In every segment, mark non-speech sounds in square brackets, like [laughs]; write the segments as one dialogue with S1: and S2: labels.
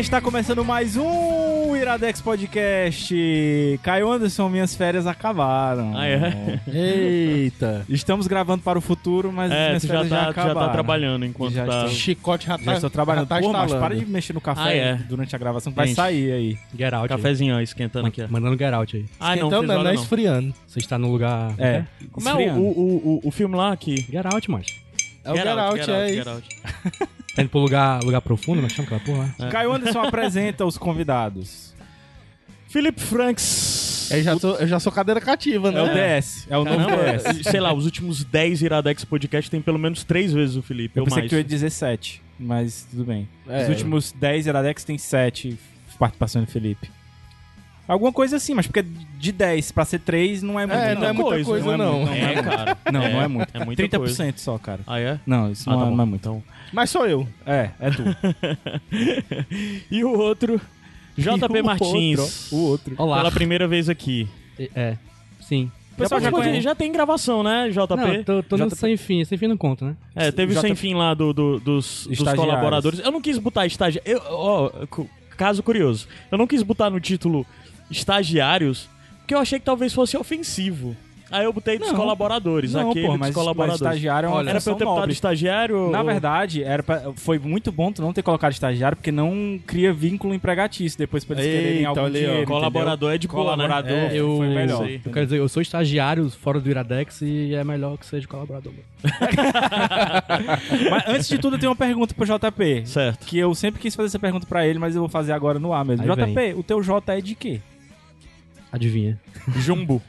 S1: Está começando mais um Iradex Podcast. Caio Anderson, minhas férias acabaram.
S2: Ah, é?
S1: Eita. Estamos gravando para o futuro, mas
S2: É,
S1: minhas
S2: tu já
S1: férias já
S2: tá, já
S1: acabaram.
S2: tá trabalhando enquanto
S1: Já
S2: tá.
S1: estou-
S3: Chicote já tá,
S1: Já estou trabalhando.
S3: já tá
S1: Pô, mas
S3: instalando.
S1: para de mexer no café
S2: Ah, é.
S1: durante a gravação, que vai
S2: Gente.
S1: sair aí.
S4: Get out. aí.
S2: Cafezinho, ó, esquentando aqui, ó.
S4: Mandando get out aí.
S2: Ah, não,
S3: Então,
S4: né?
S2: fez
S3: não, não
S2: hora
S3: é
S2: não.
S3: esfriando.
S4: Você está no lugar.
S1: É.
S2: Como é o, o, o, o filme lá que...
S4: Get out, macho.
S3: É o Get Out, é isso.
S4: Tá indo pro lugar, lugar profundo, mas chama aquela porra.
S2: É.
S1: o... Caio Anderson apresenta os convidados.
S2: Felipe Franks.
S3: Eu já, sou, eu já sou cadeira cativa,
S1: É o
S3: né?
S1: DS, é o novo
S2: Caramba,
S1: DS.
S2: sei lá, os últimos 10 Iradex Podcast tem pelo menos 3 vezes o Felipe,
S1: Eu
S2: ou
S1: pensei
S2: mais.
S1: que tu ia 17, mas tudo bem.
S3: É.
S1: Os últimos 10 Iradex tem 7 participações do Felipe. Alguma coisa assim, mas porque de 10 pra ser 3 não é muito.
S3: não é muita coisa, não.
S1: muito, não, é
S2: É,
S1: muito.
S2: cara.
S1: Não, não é muito.
S2: É muita
S1: 30%
S2: coisa.
S1: só, cara.
S2: Ah, é?
S1: Não, isso
S2: Ah,
S1: não,
S2: tá
S1: é,
S2: bom.
S1: não é muito.
S2: Então.
S3: Mas sou eu.
S1: É, é tu.
S2: E o outro... JP
S1: E o
S2: Martins.
S1: outro, ó, o outro.
S4: Olá.
S2: Pela primeira vez aqui.
S4: É. Sim.
S2: O pessoal já,
S1: participou
S2: pode-
S1: de-
S2: já tem gravação, né, JP?
S4: Não, tô, tô no
S1: JP.
S4: sem fim. Sem fim não conta, né?
S2: É, teve o
S1: JP.
S2: sem fim lá do, do- dos, dos
S1: então, Estagiários.
S2: colaboradores. Eu não quis botar estagiário. Eu, ó, cu- caso curioso. Eu não quis botar no título estagiários, porque eu achei que talvez fosse ofensivo. Aí eu botei dos
S1: Não.
S2: colaboradores,
S1: Não,
S2: aquele
S1: pô,
S2: dos
S1: mas, mas
S2: colaboradores.
S1: estagiário é uma
S4: Olha,
S2: Era pra
S1: função
S2: eu ter botado
S1: nobre.
S2: estagiário?
S1: Na
S2: ou-
S1: verdade, era pra- foi muito bom tu não ter colocado estagiário, porque não cria vínculo empregatício depois pra eles quererem
S3: Eita,
S1: algum
S3: olha aí, ó,
S1: dinheiro, entendeu?
S2: Colaborador é de boa,
S4: Ah,
S2: né?
S1: Colaborador
S2: É,
S4: eu,
S1: foi melhor.
S2: sei.
S4: eu quero dizer, eu sou estagiário fora do Iradex e é melhor que seja colaborador.
S1: Mas antes de tudo, eu tenho uma pergunta pro JP.
S2: Certo.
S1: Que eu sempre quis fazer essa pergunta pra ele, mas eu vou fazer agora no ar mesmo.
S4: Aí
S1: JP, o teu J é de quê?
S3: [laughs]
S4: Adivinha.
S2: Jumbo.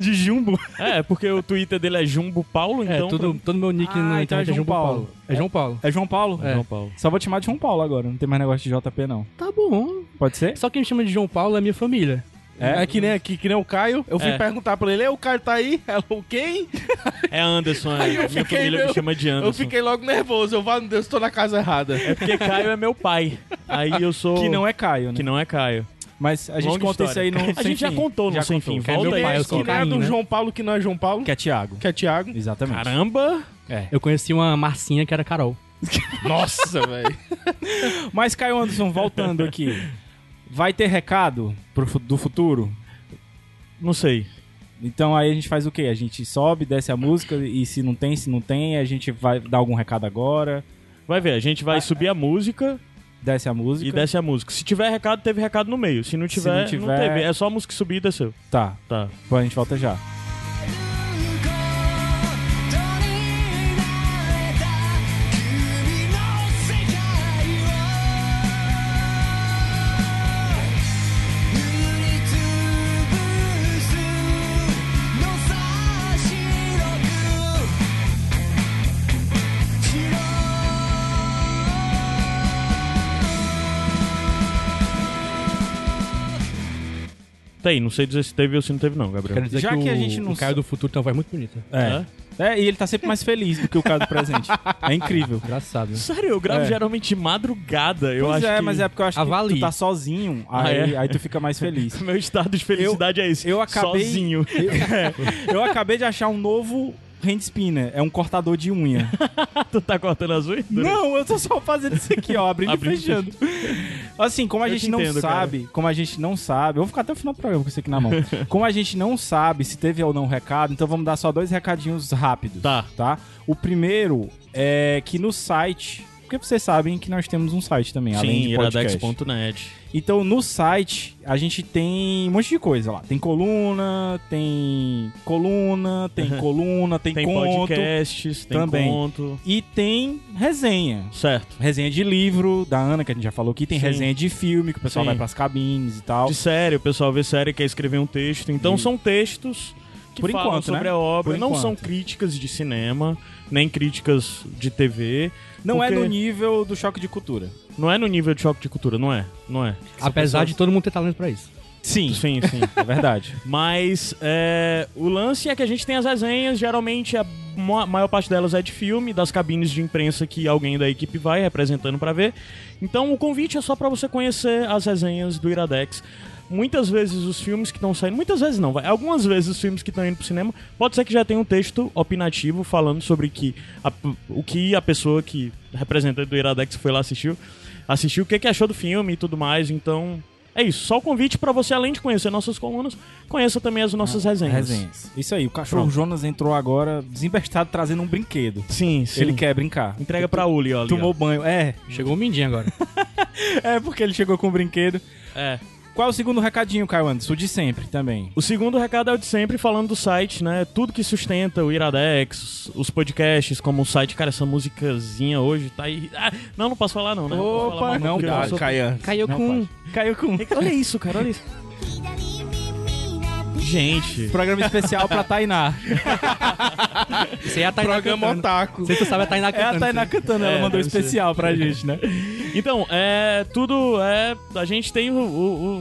S1: De jumbo.
S2: é, porque o Twitter dele é Jumbo Paulo,
S4: É,
S2: então.
S4: tudo, todo meu nick
S1: Ah,
S4: na
S1: então é
S4: internet é
S1: João
S4: João Paulo.
S1: Paulo.
S4: É João Paulo.
S1: É João Paulo?
S4: É.
S2: João Paulo.
S1: Só vou te chamar de João Paulo agora, não tem mais negócio de JP não.
S4: Tá bom.
S1: Pode ser?
S4: Só quem me chama de João Paulo é minha família.
S3: É, que, nem aqui, que nem o Caio. Eu fui
S2: É.
S3: perguntar pra ele, "Ei, o Caio tá aí? [laughs] Ela, o quem?
S2: É Anderson, é. Minha
S3: fiquei
S2: família me
S3: meio-
S2: chama de Anderson.
S3: Eu fiquei logo nervoso. Eu, vá, meu Deus, tô na casa errada.
S2: É porque Caio é meu pai. Aí eu sou.
S1: Que não é Caio, né?
S2: Que não é Caio.
S1: Mas a gente
S2: Longa
S1: conta
S2: história.
S3: [laughs]
S1: isso aí no Sem
S2: A gente já
S1: Fim.
S2: contou no
S1: Já
S2: Sem
S1: contou.
S2: Fim.
S4: Que é meu
S2: Volta aí.
S4: pai, eu
S2: esse
S4: sou
S3: que
S2: contato.
S3: nem a
S4: Caim,
S3: do
S4: né?
S3: João Paulo, que não é João Paulo,
S1: Que é Thiago.
S3: que é Thiago.
S1: Exatamente.
S2: Caramba!
S1: É.
S4: Eu conheci uma Marcinha que era Carol.
S3: [laughs] Nossa, velho.
S1: Mas Caio Anderson, voltando aqui. Vai ter recado pro, fu- do futuro?
S2: Não sei.
S1: Então aí a gente faz o quê? A gente sobe, desce a música e se não tem, se não tem, a gente vai dar algum recado agora,
S2: Vai ver, a gente vai subir a música
S1: desce a música.
S2: e desce a música. Se tiver recado, teve recado no meio. Se não tiver,
S1: não
S2: não,
S1: tiver-
S2: teve. É só a música subir e desceu.
S1: Tá,
S2: Tá.
S1: Bom, a gente volta já.
S2: Tá aí, não sei dizer se teve ou se não teve, não, Gabriel.
S4: Quero dizer
S1: Já
S4: que,
S1: que
S4: o,
S1: a gente não
S4: o Caio
S1: sa-
S4: do futuro tem uma voz muito bonita.
S1: É. É, e ele tá sempre mais feliz do que o cara do presente. É incrível.
S4: Engraçado, né?
S2: Sério, eu gravo
S1: É.
S2: geralmente de madrugada. [laughs] Eu
S1: pois
S2: acho
S1: é,
S2: que
S1: mas é porque eu acho
S4: Avalie.
S1: que tu tá sozinho,
S2: Ah,
S1: aí,
S2: é?
S1: aí tu fica mais
S2: [laughs]
S1: feliz.
S2: [laughs] meu estado de felicidade é esse.
S1: eu acabei-
S2: Sozinho. [laughs]
S1: Eu acabei de achar um novo hand spinner, é um cortador de
S2: [laughs]
S1: unha.
S2: tu tá cortando as unhas?
S1: Não, eu tô só fazendo isso aqui, ó, abrindo,
S2: Abrindo
S1: e
S2: e
S1: fechando. Assim, como a
S2: Eu
S1: gente
S2: te
S1: não
S2: entendo, cara.
S1: sabe, como a gente não sabe, eu vou ficar até o final do programa com isso aqui na
S2: [laughs]
S1: mão. Como a gente não sabe se teve ou não recado, então vamos dar só dois recadinhos rápidos.
S2: Tá.
S1: tá? O primeiro é que no site, porque vocês sabem que nós temos um site também, além
S2: Sim,
S1: de podcast.
S2: iradex.net.
S1: Então, no site, a gente tem um monte de coisa lá. Tem coluna, tem coluna, tem coluna, tem,
S2: Tem
S1: conto.
S2: podcasts, tem
S1: também.
S2: conto.
S1: E tem resenha.
S2: Certo.
S1: Resenha de livro, da Ana, que a gente já falou aqui. Tem
S2: Sim.
S1: resenha de filme, que o pessoal
S2: Sim.
S1: vai pras cabines e tal.
S2: De série, o pessoal vê série, quer escrever um texto. Então
S1: E-
S2: são textos que
S1: Por
S2: falam
S1: enquanto,
S2: sobre
S1: né?
S2: a obra.
S1: Por
S2: não
S1: enquanto.
S2: são críticas de cinema, nem críticas de TV.
S1: Não é
S2: porque-
S1: no nível do choque de cultura.
S2: Não é no nível de choque de cultura, não é. Não é.
S4: Apesar de todo mundo ter talento pra isso.
S1: Sim,
S2: Sim, sim.
S1: é [laughs] verdade.
S2: Mas é, o lance é que a gente tem as resenhas, geralmente a mo- maior parte delas é de filme, das cabines de imprensa que alguém da equipe vai representando pra ver. Então o convite é só pra você conhecer as resenhas do Iradex. Muitas vezes os filmes que estão saindo, muitas vezes não, vai. Algumas vezes os filmes que estão indo pro cinema, pode ser que já tenha um texto opinativo falando sobre que a- o que a pessoa que representante do Iradex foi lá assistiu, assistiu o que, que achou do filme e tudo mais. Então, é isso, só o convite pra você, além de conhecer nossas colunas, conheça também as nossas
S1: Ah,
S2: resenhas.
S1: Resenhas. Isso aí, o cachorro
S2: Pronto.
S1: Jonas entrou agora desembestado trazendo um brinquedo.
S2: Sim, sim.
S1: Ele quer brincar.
S2: Entrega pra Uli, ó. ali,
S1: Tomou banho. É,
S4: Chegou o Mindinho agora.
S1: é porque ele chegou com o brinquedo.
S2: ó. É.
S1: Qual é o segundo recadinho, Caio Anderson? O de sempre também.
S2: O segundo recado é o de sempre, falando do site, né? Tudo que sustenta o Iradex, os podcasts, como o site. Cara, essa musicazinha hoje tá aí. Ah, não, não posso falar, não, né? Não posso falar mal,
S1: não,
S2: porque eu
S1: cara,
S2: sou-
S3: Caian.
S4: Caiu
S1: Não,
S4: com.
S1: [laughs] Caiu com um
S2: Olha isso, cara, olha isso. Gente.
S1: programa especial pra Tainá.
S4: Você é a Tainá
S3: Programa
S4: cantando.
S3: Otaku.
S4: Você que sabe a Tainá
S1: É a
S4: cantando.
S1: Tainá cantando, ela
S2: É,
S1: mandou um
S2: deve ser.
S1: especial pra gente, né?
S2: Então, é. Tudo é. A gente tem o, o-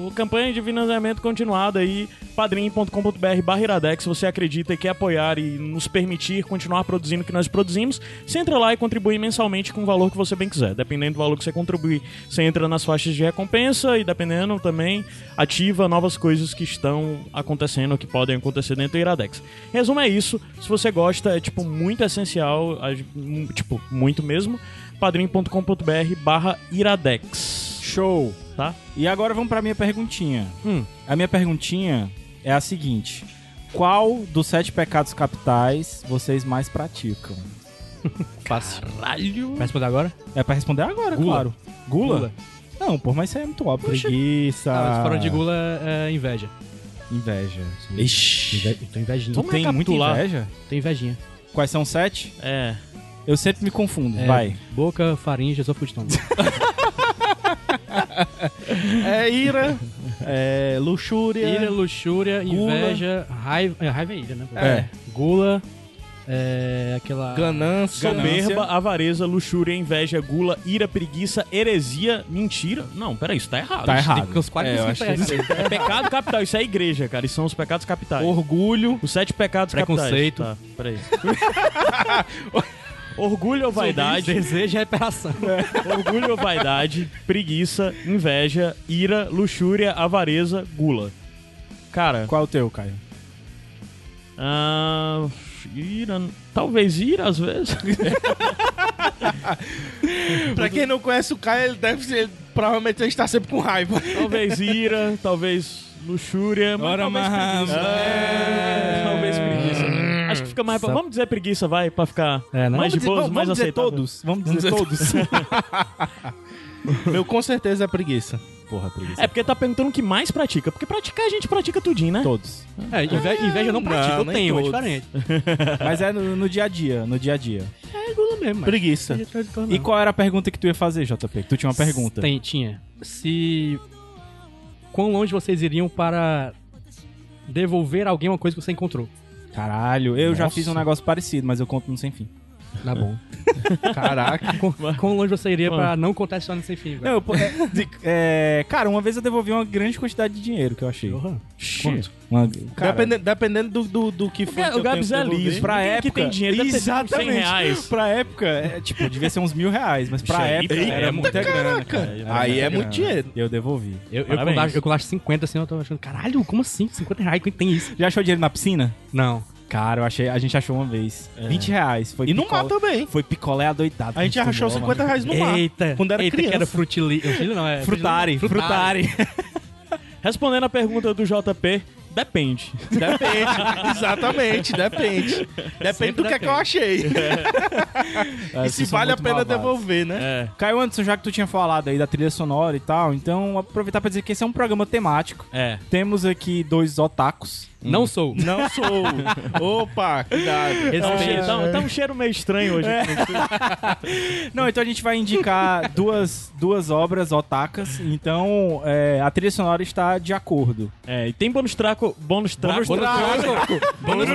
S2: o- o campanha de financiamento continuada aí, padrim.com.br barra Iradex, se você acredita e quer apoiar e nos permitir continuar produzindo o que nós produzimos, você entra lá e contribui mensalmente com o valor que você bem quiser. Dependendo do valor que você contribuir, você entra nas faixas de recompensa e dependendo também, ativa novas coisas que estão acontecendo, que podem acontecer dentro do Iradex. Resumo é isso. Se você gosta, é tipo muito essencial, a gente- mu- tipo, muito mesmo padrim.com.br barra iradex,
S1: Show.
S2: tá?
S1: E agora vamos pra minha perguntinha.
S2: Hum.
S1: A minha perguntinha é a seguinte: Qual dos sete pecados capitais vocês mais praticam?
S4: Fácil.
S2: Caralho!
S4: Vai responder agora?
S1: É pra responder agora,
S4: Gula.
S1: claro. Gula? Não, pô, mas isso aí é muito óbvio. Preguiça.
S4: Ah, se fora
S1: Tá.
S4: de gula é inveja.
S1: Inveja.
S4: Inve...
S1: Ixi.
S4: Tem invejinha.
S1: Tu
S2: Vamos
S1: tem muita
S2: recapitular.
S1: inveja?
S4: Tem invejinha.
S1: Quais são os sete?
S2: É.
S1: Eu sempre me confundo.
S4: É,
S1: Vai.
S4: Boca, faringe, esôfago de
S1: [laughs]
S4: estômago.
S3: É ira. É luxúria.
S4: Ira, luxúria,
S3: Gula.
S4: inveja, raiva. é, Raiva é ira, né?
S1: É.
S4: Gula, é, aquela.
S3: Ganância.
S1: Ganância.
S2: Soberba, avareza, luxúria, inveja, gula, ira, preguiça, heresia, mentira. Não, peraí, isso tá errado.
S1: Tá
S2: Isso
S4: Tem
S1: errado.
S4: que ter uns quatro
S3: É, eu
S4: cinco
S3: acho
S4: aí, cara.
S2: tem- É pecado capital, isso é igreja, cara. Isso são os pecados
S4: [laughs]
S2: capitais.
S1: Orgulho.
S2: Os sete pecados
S4: Preconceito.
S2: capitais. Tá, peraí. [laughs] Orgulho ou vaidade,
S4: Desejo é reparação.
S2: orgulho ou vaidade, preguiça, inveja, ira, luxúria, avareza, gula. Cara,
S1: Qual é o teu, Caio?
S2: ah, ira, talvez ira às vezes.
S3: Pra quem não conhece o Caio, ele deve ser. Provavelmente ele está sempre com raiva.
S2: Talvez ira, talvez luxúria, mas
S1: Ora,
S2: talvez
S1: mas-
S2: preguiça.
S1: É.
S2: Talvez preguiça. né? Acho que fica mais pra... Vamos dizer preguiça, vai, pra ficar
S4: É, né?
S2: mais de
S1: dizer-
S2: boas,
S1: vamos
S2: mais
S1: dizer
S2: aceitável.
S1: todos. Vamos dizer
S3: Vamos
S1: todos. [laughs]
S3: Meu com certeza é preguiça.
S1: Porra, preguiça.
S2: É, porque tá perguntando o que mais pratica. Porque praticar a gente pratica tudinho, né?
S1: Todos.
S4: É, inve- inveja eu não
S3: Não,
S4: pratico, eu
S3: nem
S4: tenho, é
S3: todos.
S4: diferente.
S1: Mas é no, no dia a dia, no dia a dia.
S4: É gula mesmo, mas.
S3: Preguiça.
S1: E qual era a pergunta que tu ia fazer, JP? Tu tinha uma pergunta.
S4: Tem, tinha. Se. Quão longe vocês iriam para devolver a alguém uma coisa que você encontrou?
S1: Caralho, eu já
S4: Nossa.
S1: fiz um negócio parecido, mas eu conto no sem fim.
S4: Tá [laughs] bom.
S3: Caraca.
S4: Quão, quão longe você iria
S2: Mano.
S4: para não contar essa história sem fim?
S1: Não, eu, po- é, de- é, cara, uma vez eu devolvi uma grande quantidade de dinheiro que eu achei.
S4: Porra.
S1: Quanto? Uma, cara,
S3: Dependendo, dependendo do, do, do que
S2: O
S3: for.
S2: Ga- O
S3: que eu tenho
S2: Gabs
S3: que
S2: é
S3: devolver.
S2: liso.
S1: Pra
S2: Quem é que
S1: época,
S2: tem dinheiro
S3: tipo
S2: deve ter sido uns 100
S1: exatamente.
S2: reais.
S1: Pra época, é, tipo, devia ser uns mil reais, mas pra
S2: Isso aí,
S1: época
S2: eita,
S1: era
S2: é
S1: muita grana, cara. Era
S3: Aí
S1: muita
S3: é muito
S1: grana.
S3: dinheiro.
S1: Eu devolvi.
S4: Eu, eu,
S2: Parabéns.
S4: quando acho, eu quando acho 50 assim, eu tô achando, caralho, como assim? 50 reais, quem tem isso?
S1: Já achou dinheiro na piscina?
S4: Não.
S1: Cara, eu achei, a gente achou uma vez. 20 reais. Foi
S3: É. E no
S1: picolé-
S3: mar também.
S1: Foi picolé adoidado.
S3: A gente
S1: tomou,
S3: achou
S1: mano.
S3: 50 reais no mar.
S4: Eita,
S3: Quando era
S4: eita,
S3: criança.
S4: que era frutili... frutili não, é...
S1: Frutari, frutari.
S3: [laughs]
S2: Respondendo a pergunta do JP, depende.
S3: Depende. Exatamente, depende. Depende do que é que eu achei. e
S1: É, vocês
S3: se
S1: são
S3: vale a
S1: muito
S3: pena
S1: malvados.
S3: devolver, né?
S2: É,
S1: Caio Anderson, já que tu tinha falado aí da trilha sonora e tal, então aproveitar pra dizer que esse é um programa temático.
S2: é.
S1: Temos aqui dois otakus
S4: Não sou.
S3: Não sou. Opa, cuidado.
S2: Tá um, cheiro,
S4: Respeito.
S2: tá um- tá um cheiro meio estranho hoje.
S1: Não, então a gente vai [laughs] indicar duas, duas obras otakas. Então é, a trilha sonora está de acordo.
S2: É, e tem bônus traco. Bônus traco.
S1: Bônus
S4: Bônus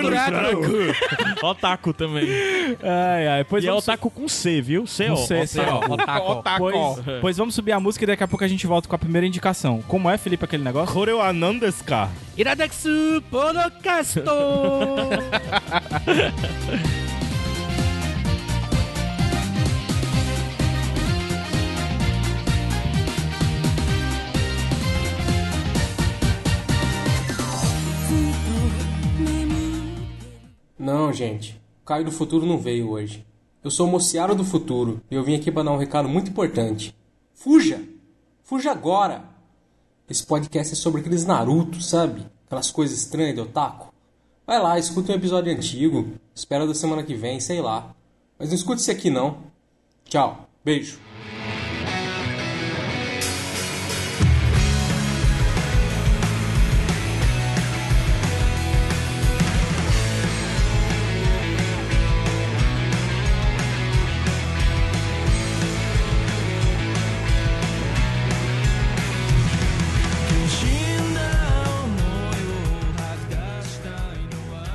S2: Otaku também.
S1: Ai, ai, pois
S2: e é
S1: vamos-
S2: otaku com C, viu? C, é ó.
S1: Com C, C, ó.
S4: Otaku.
S3: Otaku.
S1: Pois, pois vamos subir a música e daqui a pouco a gente volta com a primeira indicação. Como é, Felipe, aquele negócio?
S3: Koreo Anandeska.
S4: Iradexu Podcast.
S5: Não, gente. Caio do Futuro não veio hoje. Eu sou o Mociaro do Futuro e eu vim aqui para dar um recado muito importante. Fuja! Fuja agora! Esse podcast é sobre aqueles Naruto, sabe? Aquelas coisas estranhas do otaku. Vai lá, escuta um episódio antigo. Espera da semana que vem, sei lá. Mas não escute esse aqui não. Tchau. Beijo.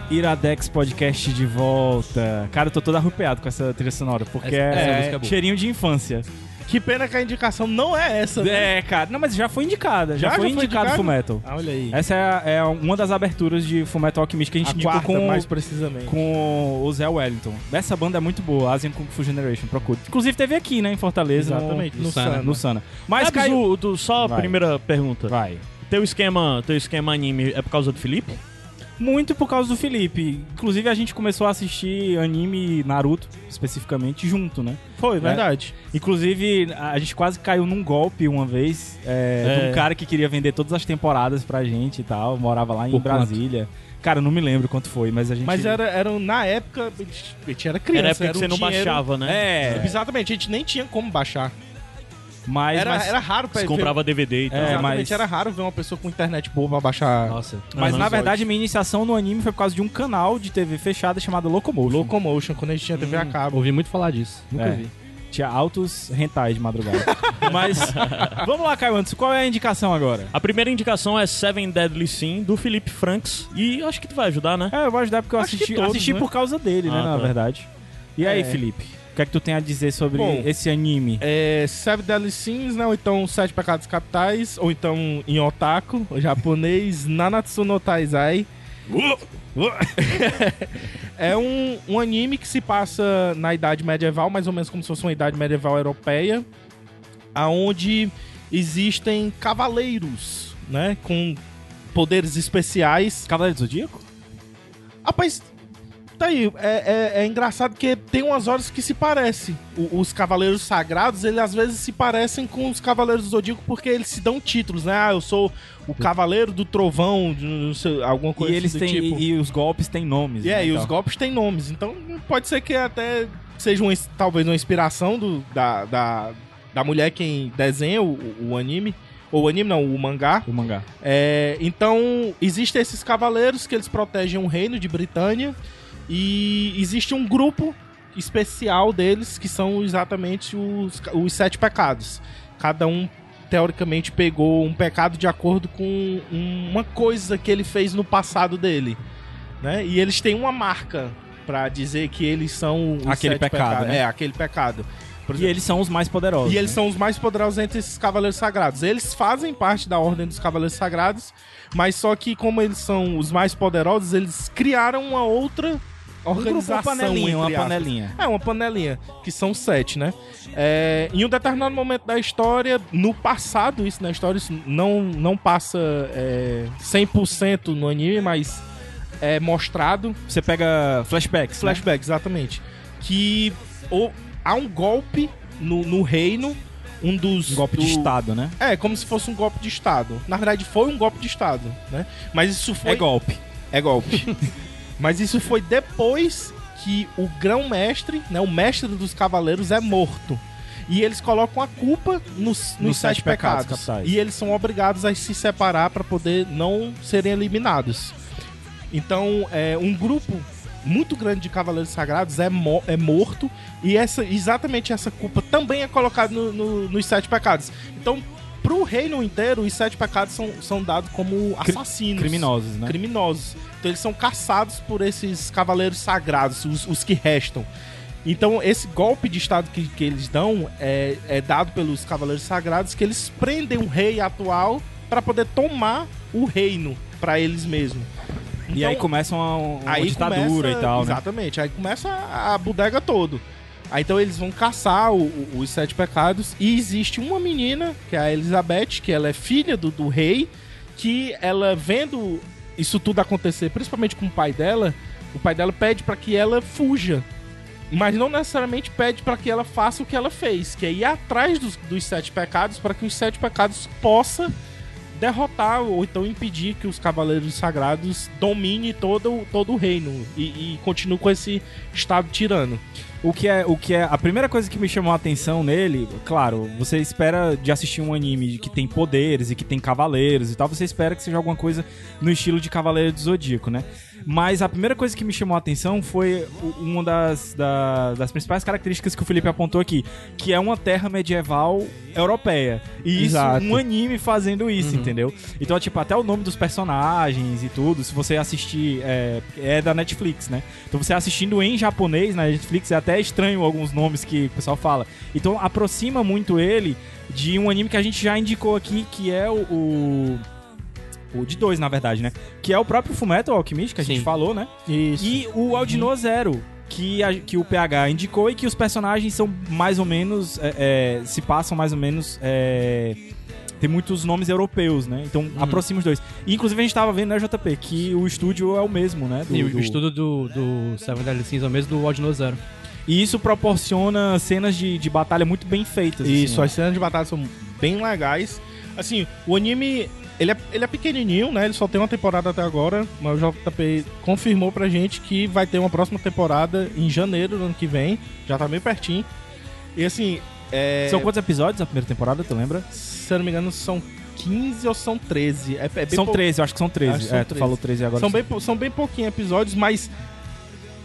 S1: Iradex Podcast de volta. Cara, eu tô todo arrupeado com essa trilha sonora, porque
S4: Essa- essa
S1: é,
S4: música é boa.
S1: cheirinho de infância.
S3: [laughs] Que pena que a indicação não é essa, né?
S1: É, cara. Não, mas já foi indicada. Já,
S3: Já?
S1: foi
S3: Já foi
S1: indicado
S3: indicado?
S1: Full Metal.
S3: Ah, olha aí.
S1: Essa é, a- é uma das aberturas de Full Metal Alchemist que a gente
S3: a
S1: indicou
S3: quarta,
S1: com,
S3: mais precisamente.
S1: com o Zé Wellington. Essa banda é muito boa, Asian Kung Fu Generation, procura. Inclusive teve aqui, né, em Fortaleza.
S3: Exatamente,
S1: no,
S4: no
S1: Sana.
S4: Sana.
S1: No Sana. Mas,
S2: Mas,
S1: Caio...
S2: o, tu- só a
S1: Vai.
S2: primeira pergunta.
S1: Vai.
S2: Teu esquema, teu esquema anime é por causa do Felipe?
S1: Muito por causa do Felipe. Inclusive, a gente começou a assistir anime Naruto, especificamente, junto, né?
S3: Foi,
S1: né?
S3: verdade.
S1: Inclusive, a gente quase caiu num golpe uma vez é, de um cara que queria vender todas as temporadas pra gente e tal. Morava lá em
S4: Por quanto?
S1: Brasília. Cara, não me lembro quanto foi, mas a gente.
S3: Mas era, eram, na época, a gente- a gente era criança.
S2: Era a época que
S3: um
S2: você não
S3: dinheiro-
S2: baixava, né?
S3: É, Exatamente, a gente nem tinha como baixar.
S1: Mas,
S3: Era,
S1: mas,
S3: era raro pra
S2: Você
S3: ver-
S2: comprava DVD e tal.
S1: É,
S3: Exatamente,
S1: mas-
S3: era raro ver uma pessoa com internet boa pra baixar
S4: Nossa.
S1: mas,
S2: Aham.
S1: na verdade, minha iniciação no anime foi por causa de um canal de TV fechada chamado Locomotion.
S3: Locomotion quando a gente tinha TV a cabo.
S4: Ouvi muito falar disso. Nunca
S1: É.
S4: vi.
S1: Tinha altos rentais de
S3: [laughs]
S1: madrugada. mas vamos lá, Caio Anderson, qual é a indicação agora?
S2: A primeira indicação é Seven Deadly Sin, do Felipe Franks. E eu acho que tu vai ajudar, né?
S1: É, eu vou ajudar porque eu
S3: Acho que
S1: assisti,
S3: todos,
S1: assisti
S3: né?
S1: por causa dele, né,
S2: Ah,
S1: na
S2: tá.
S1: verdade. E aí,
S3: É.
S1: Felipe? O que é que tu tem a dizer sobre
S3: Bom,
S1: esse anime?
S3: É, Seven Deadly Sins, né? Ou então Sete Pecados Capitais, ou então em Otaku, o japonês Nanatsu no Taizai.
S1: Uh!
S3: é um, um anime que se passa na Idade Medieval, mais ou menos como se fosse uma Idade Medieval Europeia, aonde existem cavaleiros, né? Com poderes especiais
S1: Cavaleiro do Zodíaco?
S3: Rapaz, tá aí. É, é- é engraçado que tem umas horas que se parece. O- os Cavaleiros Sagrados, eles às vezes se parecem com os Cavaleiros do Zodíaco porque eles se dão títulos, né? Ah, eu sou o Cavaleiro do Trovão, de- não sei, alguma coisa
S1: e eles
S3: do
S1: têm
S3: tipo.
S1: e, e os golpes têm nomes.
S3: E
S1: né,
S3: aí,
S1: então.
S3: os golpes têm nomes. Então pode ser que até seja uma, ins- talvez uma inspiração do, da, da, da mulher quem desenha o- o, o anime. Ou o anime, não, o mangá.
S1: o mangá.
S3: É, então, existem esses cavaleiros que eles protegem o reino de Britânia e existe um grupo especial deles que são exatamente os, os sete pecados. Cada um, teoricamente, pegou um pecado de acordo com uma coisa que ele fez no passado dele. Né? E eles têm uma marca pra dizer que eles são os
S1: Aquele
S3: sete
S1: pecado,
S3: pecados.
S1: né?
S3: É, aquele pecado. Por
S1: E eles são os mais poderosos. né?
S3: e eles são os mais poderosos entre esses Cavaleiros Sagrados. Eles fazem parte da Ordem dos Cavaleiros Sagrados, mas só que como eles são os mais poderosos, eles criaram uma outra
S1: Um
S3: organização.
S1: uma panelinha, uma
S3: entre aspas.
S1: panelinha.
S3: É, uma panelinha, que são sete, né? É, em um determinado momento da história, no passado, isso na história, isso não, não passa é, 100% no anime, mas é mostrado
S1: Você pega flashbacks. né?
S3: flashback, exatamente. Que o- há um golpe no, no reino, um dos.
S1: Um golpe de
S3: do-
S1: estado, né?
S3: É, como se fosse um golpe de Estado. Na verdade, foi um golpe de Estado, né? Mas isso foi.
S1: É golpe.
S3: É golpe. [laughs] Mas isso foi depois que o grão-mestre, né? O mestre dos cavaleiros é morto. E eles colocam a culpa nos, nos
S1: Nos
S3: sete,
S1: sete pecados
S3: pecados.
S1: capitais.
S3: e eles são obrigados a se separar para poder não serem eliminados. Então, é, um grupo muito grande de Cavaleiros Sagrados é, mo- é morto e essa, exatamente essa culpa também é colocada no- no- nos Sete Pecados. Então, pro reino inteiro, os Sete Pecados são, são dados como assassinos.
S1: Criminosos, né?
S3: Criminosos. Então, eles são caçados por esses Cavaleiros Sagrados, os, os que restam. Então, esse golpe de Estado que, que eles dão é, é dado pelos Cavaleiros Sagrados, que eles prendem o rei atual para poder tomar o reino para eles mesmos.
S1: E aí
S3: Então,
S1: começa uma, um, uma
S3: aí
S1: ditadura
S3: começa-
S1: e tal, né?
S3: Exatamente. Aí começa a a bodega todo. Aí então eles vão caçar o- o- os sete pecados e existe uma menina, que é a Elizabeth, que ela é filha do, do rei, que ela vendo isso tudo acontecer, principalmente com o pai dela, o pai dela pede para que ela fuja. Mas não necessariamente pede para que ela faça o que ela fez, que é ir atrás dos, dos sete pecados para que os sete pecados possa derrotar ou então impedir que os Cavaleiros Sagrados domine todo, todo o reino e, e continue com esse estado tirano.
S1: O que é, o que é, a primeira coisa que me chamou a atenção nele, claro, você espera de assistir um anime que tem poderes e que tem cavaleiros e tal, você espera que seja alguma coisa no estilo de Cavaleiro do Zodíaco, né? Mas a primeira coisa que me chamou a atenção foi u- uma das, da- das principais características que o Felipe apontou aqui, que é uma terra medieval europeia. E isso,
S3: Exato. Uhum.
S1: um anime fazendo isso, entendeu? Então, tipo, até o nome dos personagens e tudo, se você assistir, é, é da Netflix, né? Então você assistindo em japonês na Netflix é até estranho alguns nomes que o pessoal fala. Então aproxima muito ele de um anime que a gente já indicou aqui, que é o. o... o de dois, na verdade, né? Que é o próprio Fullmetal Alchemist, que a gente
S3: Sim.
S1: falou, né?
S3: Isso.
S1: E o Aldino Zero, que, a- que o PH indicou e que os personagens são mais ou menos. é, é, se passam mais ou menos. é, tem muitos nomes europeus, né? Então
S3: Uhum.
S1: aproxima os dois. E, inclusive a gente tava vendo, né, JP, que o estúdio é o mesmo, né? do-
S4: E
S1: do-
S4: o estudo do, do Seven Deadly Sins é o mesmo do Odd No Zero.
S1: E isso proporciona cenas de, de batalha muito bem feitas. assim,
S3: Isso,
S1: né?
S3: as cenas de batalha são bem legais. Assim, o anime, ele é, ele é pequenininho, né? Ele só tem uma temporada até agora, mas o JP confirmou pra gente que vai ter uma próxima temporada em janeiro do ano que vem. Já tá bem pertinho. E assim, é,
S1: São quantos episódios a primeira temporada, tu lembra?
S3: se eu não me engano, são 15 ou são 13. É, é bem
S1: são
S3: pou-
S1: 13, eu acho que são 13.
S3: Acho que são
S1: é, tu
S3: 13.
S1: falou 13 agora.
S3: São bem, pou- são bem pouquinhos episódios, mas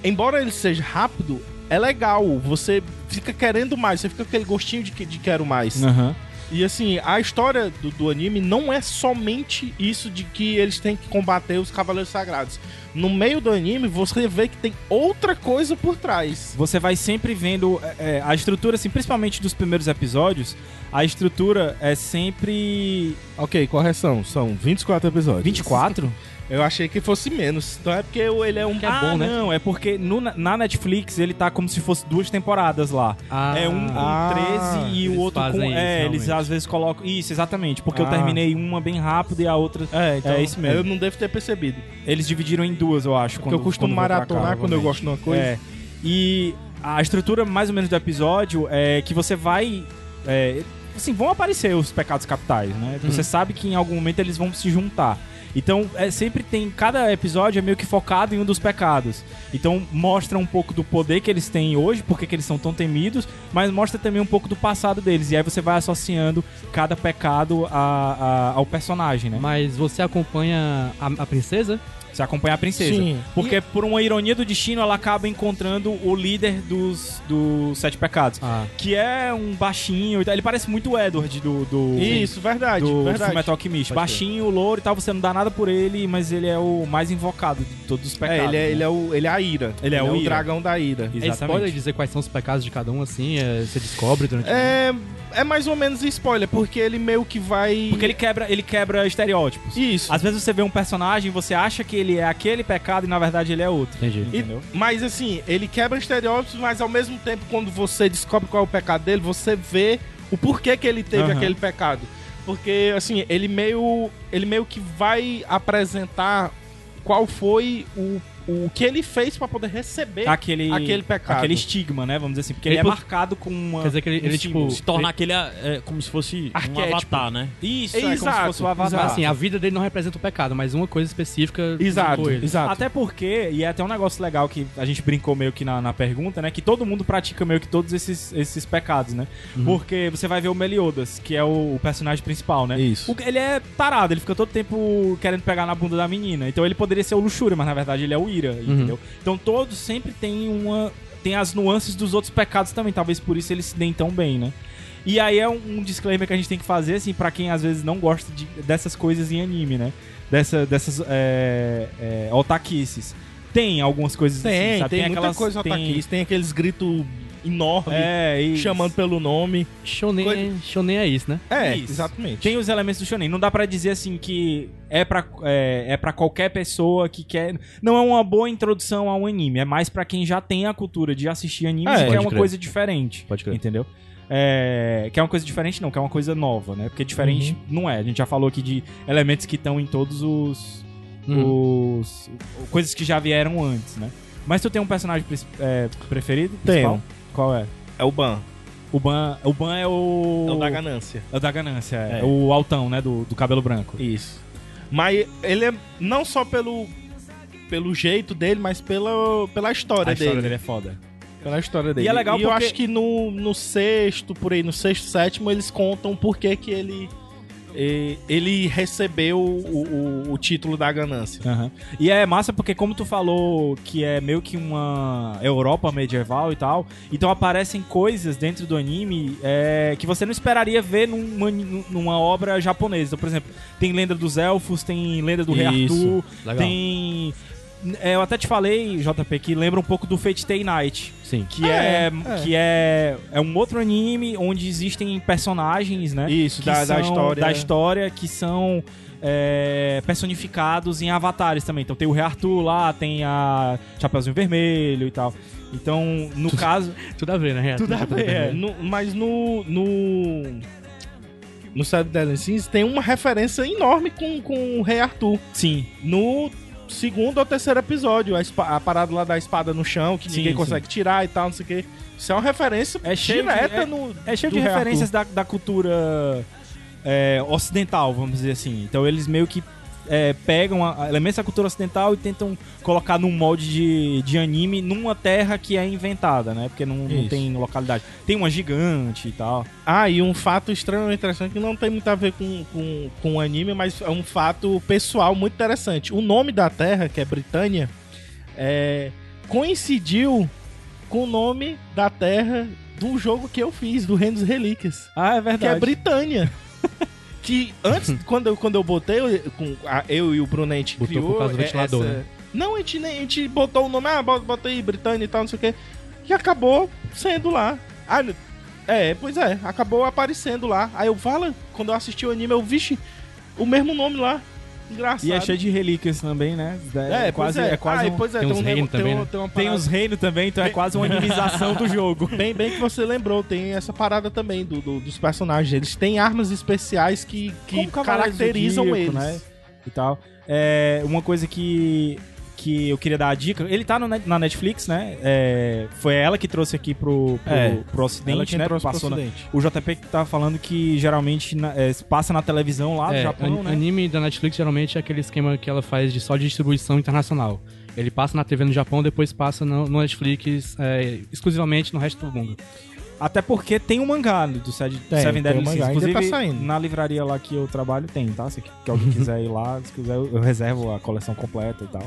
S3: embora ele seja rápido, é legal. Você fica querendo mais, você fica com aquele gostinho de, que- de quero mais.
S1: Aham.
S3: E assim, a história do, do anime não é somente isso de que eles têm que combater os Cavaleiros Sagrados. No meio do anime, você vê que tem outra coisa por trás.
S1: Você vai sempre vendo é, é, a estrutura, assim, principalmente dos primeiros episódios, a estrutura é sempre.
S3: Ok, correção. São 24 episódios.
S1: 24?
S3: Eu achei que fosse menos. Então é porque ele é um.
S4: Que é bom, né?
S1: Não, é porque no- na Netflix ele tá como se fosse duas temporadas lá.
S4: Ah,
S1: é um com
S3: Ah,
S1: 13 e o
S4: eles
S1: outro com.
S4: fazem isso,
S1: é, eles
S4: realmente.
S1: às vezes colocam. Isso, exatamente. Porque eu
S3: Ah.
S1: terminei uma bem rápido e a outra.
S3: É, então,
S1: É isso mesmo.
S3: Eu não devo ter percebido.
S1: Eles dividiram em duas, eu acho.
S3: porque eu costumo
S1: vou pra cá,
S3: maratonar quando eu
S1: provavelmente.
S3: gosto de uma coisa.
S1: É. E a estrutura mais ou menos do episódio é que você vai. é, assim, vão aparecer os pecados capitais, né? Você sabe que em algum momento eles vão se juntar. Então, é, sempre tem. Cada episódio é meio que focado em um dos pecados. Então, mostra um pouco do poder que eles têm hoje, porque que eles são tão temidos, mas mostra também um pouco do passado deles. E aí você vai associando cada pecado a- a- ao personagem, né?
S4: Mas você acompanha a, a princesa?
S1: Você acompanha a princesa.
S3: Sim.
S1: Porque por uma ironia do destino, ela acaba encontrando o líder dos, dos Sete Pecados.
S4: Ah.
S1: Que é um baixinho. e tal. Ele parece muito o Edward do. do
S3: Isso, verdade,
S1: Do
S3: verdade.
S1: Fullmetal Alchemist.
S3: Pode
S1: Baixinho, louro e tal, você não dá nada por ele, mas ele é o mais invocado de todos os pecados.
S3: É, ele é,
S1: né?
S3: ele é o, ele é a ira.
S1: Ele é o ira.
S3: dragão da ira.
S4: É spoiler
S1: Exatamente.
S4: dizer quais são os pecados de cada um, assim? É, você descobre durante...
S3: É, é mais ou menos spoiler, porque ele meio que vai.
S1: Porque ele quebra, ele quebra estereótipos.
S3: Isso.
S1: Às vezes você vê um personagem, você acha que ele é aquele pecado e na verdade ele é outro.
S4: Entendi.
S3: E-
S1: Entendeu?
S3: mas assim, ele quebra estereótipos, mas ao mesmo tempo, quando você descobre qual é o pecado dele, você vê o porquê que ele teve
S1: Aham.
S3: aquele pecado. Porque, assim, ele meio. ele meio que vai apresentar qual foi o o que ele fez pra poder receber
S1: Aquele,
S3: aquele pecado.
S1: Aquele estigma, né? Vamos dizer assim. Porque ele,
S4: Ele
S1: é
S4: pô-
S1: marcado com uma.
S4: Quer dizer que ele,
S1: um
S4: ele,
S1: símbolo.
S4: tipo.
S2: Se torna aquele. é, como se fosse um
S3: Arquétipo.
S2: avatar, né?
S1: Isso, é como se
S3: Exato.
S1: fosse o
S4: ele-
S1: avatar.
S4: Assim, a vida dele não representa o pecado, mas uma coisa específica.
S3: Exato,
S4: com ele.
S3: exato.
S1: Até porque, e é até um negócio legal que a gente brincou meio que na, na pergunta, né? Que todo mundo pratica meio que todos esses, esses pecados, né?
S3: Uhum.
S1: Porque você vai ver o Meliodas, que é o, o personagem principal, né?
S3: Isso.
S1: O- ele é tarado, ele fica todo tempo querendo pegar na bunda da menina. Então ele poderia ser o Luxúria, mas na verdade ele é o Ira,
S3: Uhum.
S1: entendeu? Então todos sempre tem uma. tem as nuances dos outros pecados também. Talvez por isso eles se deem tão bem, né? E aí é um, um disclaimer que a gente tem que fazer, assim, pra quem às vezes não gosta de- dessas coisas em anime, né? Dessa, dessas é, é, otaquices. Tem algumas coisas
S3: Tem,
S1: assim,
S3: tem,
S1: sabe?
S3: muita coisa
S1: tem-
S3: ataquista, tem aqueles gritos enormes
S1: É, e...
S3: chamando pelo nome.
S4: Shonen,
S3: Coisa-
S4: Shonen é isso, né?
S3: É,
S1: Isso.
S3: exatamente.
S1: Tem os elementos do shonen. Não dá pra dizer assim que é pra é, é para qualquer pessoa que quer. Não é uma boa introdução a um anime. É mais pra quem já tem a cultura de assistir anime,
S3: É,
S1: que
S3: pode
S1: é uma
S4: crer.
S1: coisa diferente.
S4: Pode crer.
S1: Entendeu? É, que é uma coisa diferente, não, que é uma coisa nova, né? Porque diferente não é. A gente já falou aqui de elementos que estão em todos os, os- coisas que já vieram antes, né? Mas tu tem um personagem pres- é, preferido? principal?
S3: Tenho.
S1: Qual é?
S3: É o ban,
S1: O Ban, o Ban é o.
S3: é o da ganância.
S1: É o da ganância, é.
S3: É.
S1: O altão, né? Do, do cabelo branco.
S3: Isso. Mas ele é não só pelo pelo jeito dele, mas pela, pela história,
S1: a história
S3: dele.
S1: dele. é foda.
S3: Pela história dele.
S1: E é legal
S3: eu
S1: porque-
S3: acho que no, no sexto, por aí, no sexto, sétimo, eles contam por que que ele e- ele recebeu o, o- o título da ganância.
S1: Aham. E é massa porque, como tu falou, que é meio que uma Europa medieval e tal, então aparecem coisas dentro do anime é, que você não esperaria ver numa, numa obra japonesa. Então, por exemplo, tem Lenda dos Elfos, tem Lenda do Rei
S4: Isso.
S1: Arthur,
S4: Legal.
S1: tem. é, eu até te falei, JP, que lembra um pouco do Fate Day Night.
S4: Sim.
S1: Que é, que é, é um outro anime onde existem personagens, né?
S3: Isso,
S1: que
S3: da, da
S1: são-
S3: história.
S1: da história que são é, personificados em avatares também. Então tem o Rei Arthur lá, tem a Chapeuzinho Vermelho e tal. Então, no caso.
S4: Tudo a ver, né?
S3: Tudo a ver, é. No- mas no. No, no Saturday Night Scenes tem uma referência enorme com, com o Rei Arthur.
S1: Sim.
S3: No segundo ou terceiro episódio, a, espa- a parada lá da espada no chão, que
S1: Sim,
S3: ninguém
S1: sim.
S3: consegue tirar e tal, não sei o quê. Isso é uma referência
S1: É cheio de-
S3: direta
S1: é-
S3: no.
S1: É cheio
S3: do
S1: de
S3: Rei
S1: referências da, da cultura é, ocidental, vamos dizer assim. Então eles meio que é, pegam a- a elementos da cultura ocidental e tentam colocar num molde de, de anime numa terra que é inventada, né? Porque não, não
S3: Isso.
S1: tem localidade. Tem uma gigante e tal.
S3: Ah, e um fato extremamente interessante que não tem muito a ver com, com, com o anime, mas é um fato pessoal muito interessante. O nome da terra, que é Britânia, é, coincidiu com o nome da terra do jogo que eu fiz, do Reino dos Relíquias,
S1: Ah, é
S3: que é
S1: verdade.
S3: Britânia. que antes, quando eu, quando eu botei, eu, com, a- eu e o Bruno, a gente
S4: Botou
S3: criou
S4: por causa do
S3: é-
S4: ventilador,
S3: essa-
S4: né?
S3: Não, a gente, nem- a gente botou o nome, ah, bota, bota aí Britânia e tal, não sei o quê. E acabou sendo lá. Ah, n- é, pois é, acabou aparecendo lá. Aí eu falo, quando eu assisti o anime, eu vi o mesmo nome lá. Engraçado.
S1: E é cheio de relíquias também, né?
S3: É,
S1: quase,
S3: pois é.
S1: é quase
S3: Ah,
S1: um-
S3: pois é,
S4: tem uns
S3: um
S4: reinos
S3: nego- tem
S4: também,
S3: um-
S4: né?
S3: tem uma
S1: Tem
S3: parada-
S1: os reinos também, então é quase uma animização do
S3: [laughs]
S1: jogo.
S3: Bem, bem que você lembrou, tem essa parada também do, do- dos personagens. Eles têm armas especiais que, que
S1: Como Cavaleiro
S3: caracterizam
S1: Zodíaco,
S3: eles.
S1: né? E tal. É, uma coisa que, que eu queria dar a dica. Ele tá no Net- na Netflix, né? É, foi ela que trouxe aqui pro, pro,
S3: É,
S1: pro Ocidente,
S3: Ela que
S1: né?
S3: trouxe pro
S1: Passou na-
S3: ocidente.
S1: O JP que tá falando que geralmente na- é, passa na televisão lá do
S4: É,
S1: Japão,
S4: an-
S1: né?
S4: anime da Netflix geralmente é aquele esquema que ela faz de só de distribuição internacional. Ele passa na TV no Japão, depois passa no, no Netflix é, exclusivamente no resto do mundo.
S1: Até porque tem um mangá do Sed-
S3: Tem,
S1: Seven
S3: tem
S1: Deadly
S3: um
S1: Sins.
S3: mangá, ainda
S1: Inclusive,
S3: tá saindo.
S1: na livraria lá que eu trabalho tem, tá? Se que alguém quiser ir lá, se quiser, eu eu reservo a coleção completa e
S3: [laughs]
S1: tal.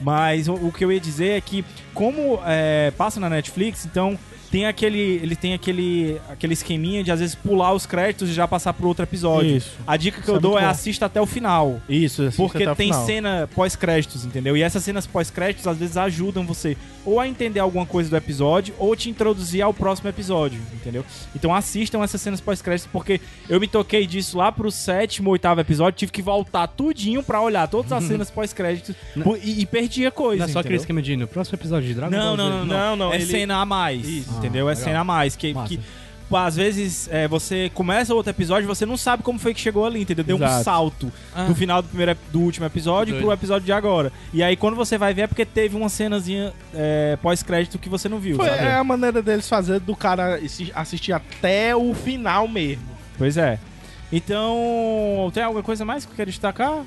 S1: Mas o, o que eu ia dizer é que, como é, passa na Netflix, então tem aquele. Ele tem aquele, aquele esqueminha de às vezes pular os créditos e já passar pro outro episódio.
S3: Isso.
S1: A dica que
S3: Isso
S1: eu
S3: é
S1: dou
S3: muito
S1: é
S3: bom.
S1: assista até o final.
S3: Isso, assim,
S1: Porque
S4: tá
S3: até o
S1: tem
S3: final.
S1: cena pós-créditos, entendeu? E essas cenas pós-créditos às vezes ajudam você ou a entender alguma coisa do episódio ou te introduzir ao próximo episódio, entendeu? Então assistam essas cenas pós-créditos porque eu me toquei disso lá pro sétimo, oitavo episódio, tive que voltar tudinho pra olhar
S4: [laughs]
S1: todas as cenas pós-créditos pô, e, e perdia
S4: Não
S1: coisa,
S4: é só aquele
S1: entendeu?
S4: esquema de no próximo episódio de Dragon Ball
S1: Não, não,
S4: Z.
S1: não, não,
S3: Não, não,
S1: É
S3: ele-
S1: cena a mais,
S3: Isso.
S1: entendeu?
S4: Ah, legal.
S1: é cena a mais que,
S4: Massa.
S1: que tipo, às vezes é, você começa outro episódio e você não sabe como foi que chegou ali, entendeu? Deu um
S4: Exato.
S1: salto do final do, primeiro, ep- do último episódio
S4: Doido.
S1: pro episódio de agora. E aí quando você vai ver é porque teve uma cenazinha é, pós-crédito que você não viu,
S3: Foi,
S1: sabe?
S3: é a maneira deles fazer do cara assi- assistir até o final mesmo.
S1: Pois é. Então, tem alguma coisa mais que eu quero destacar?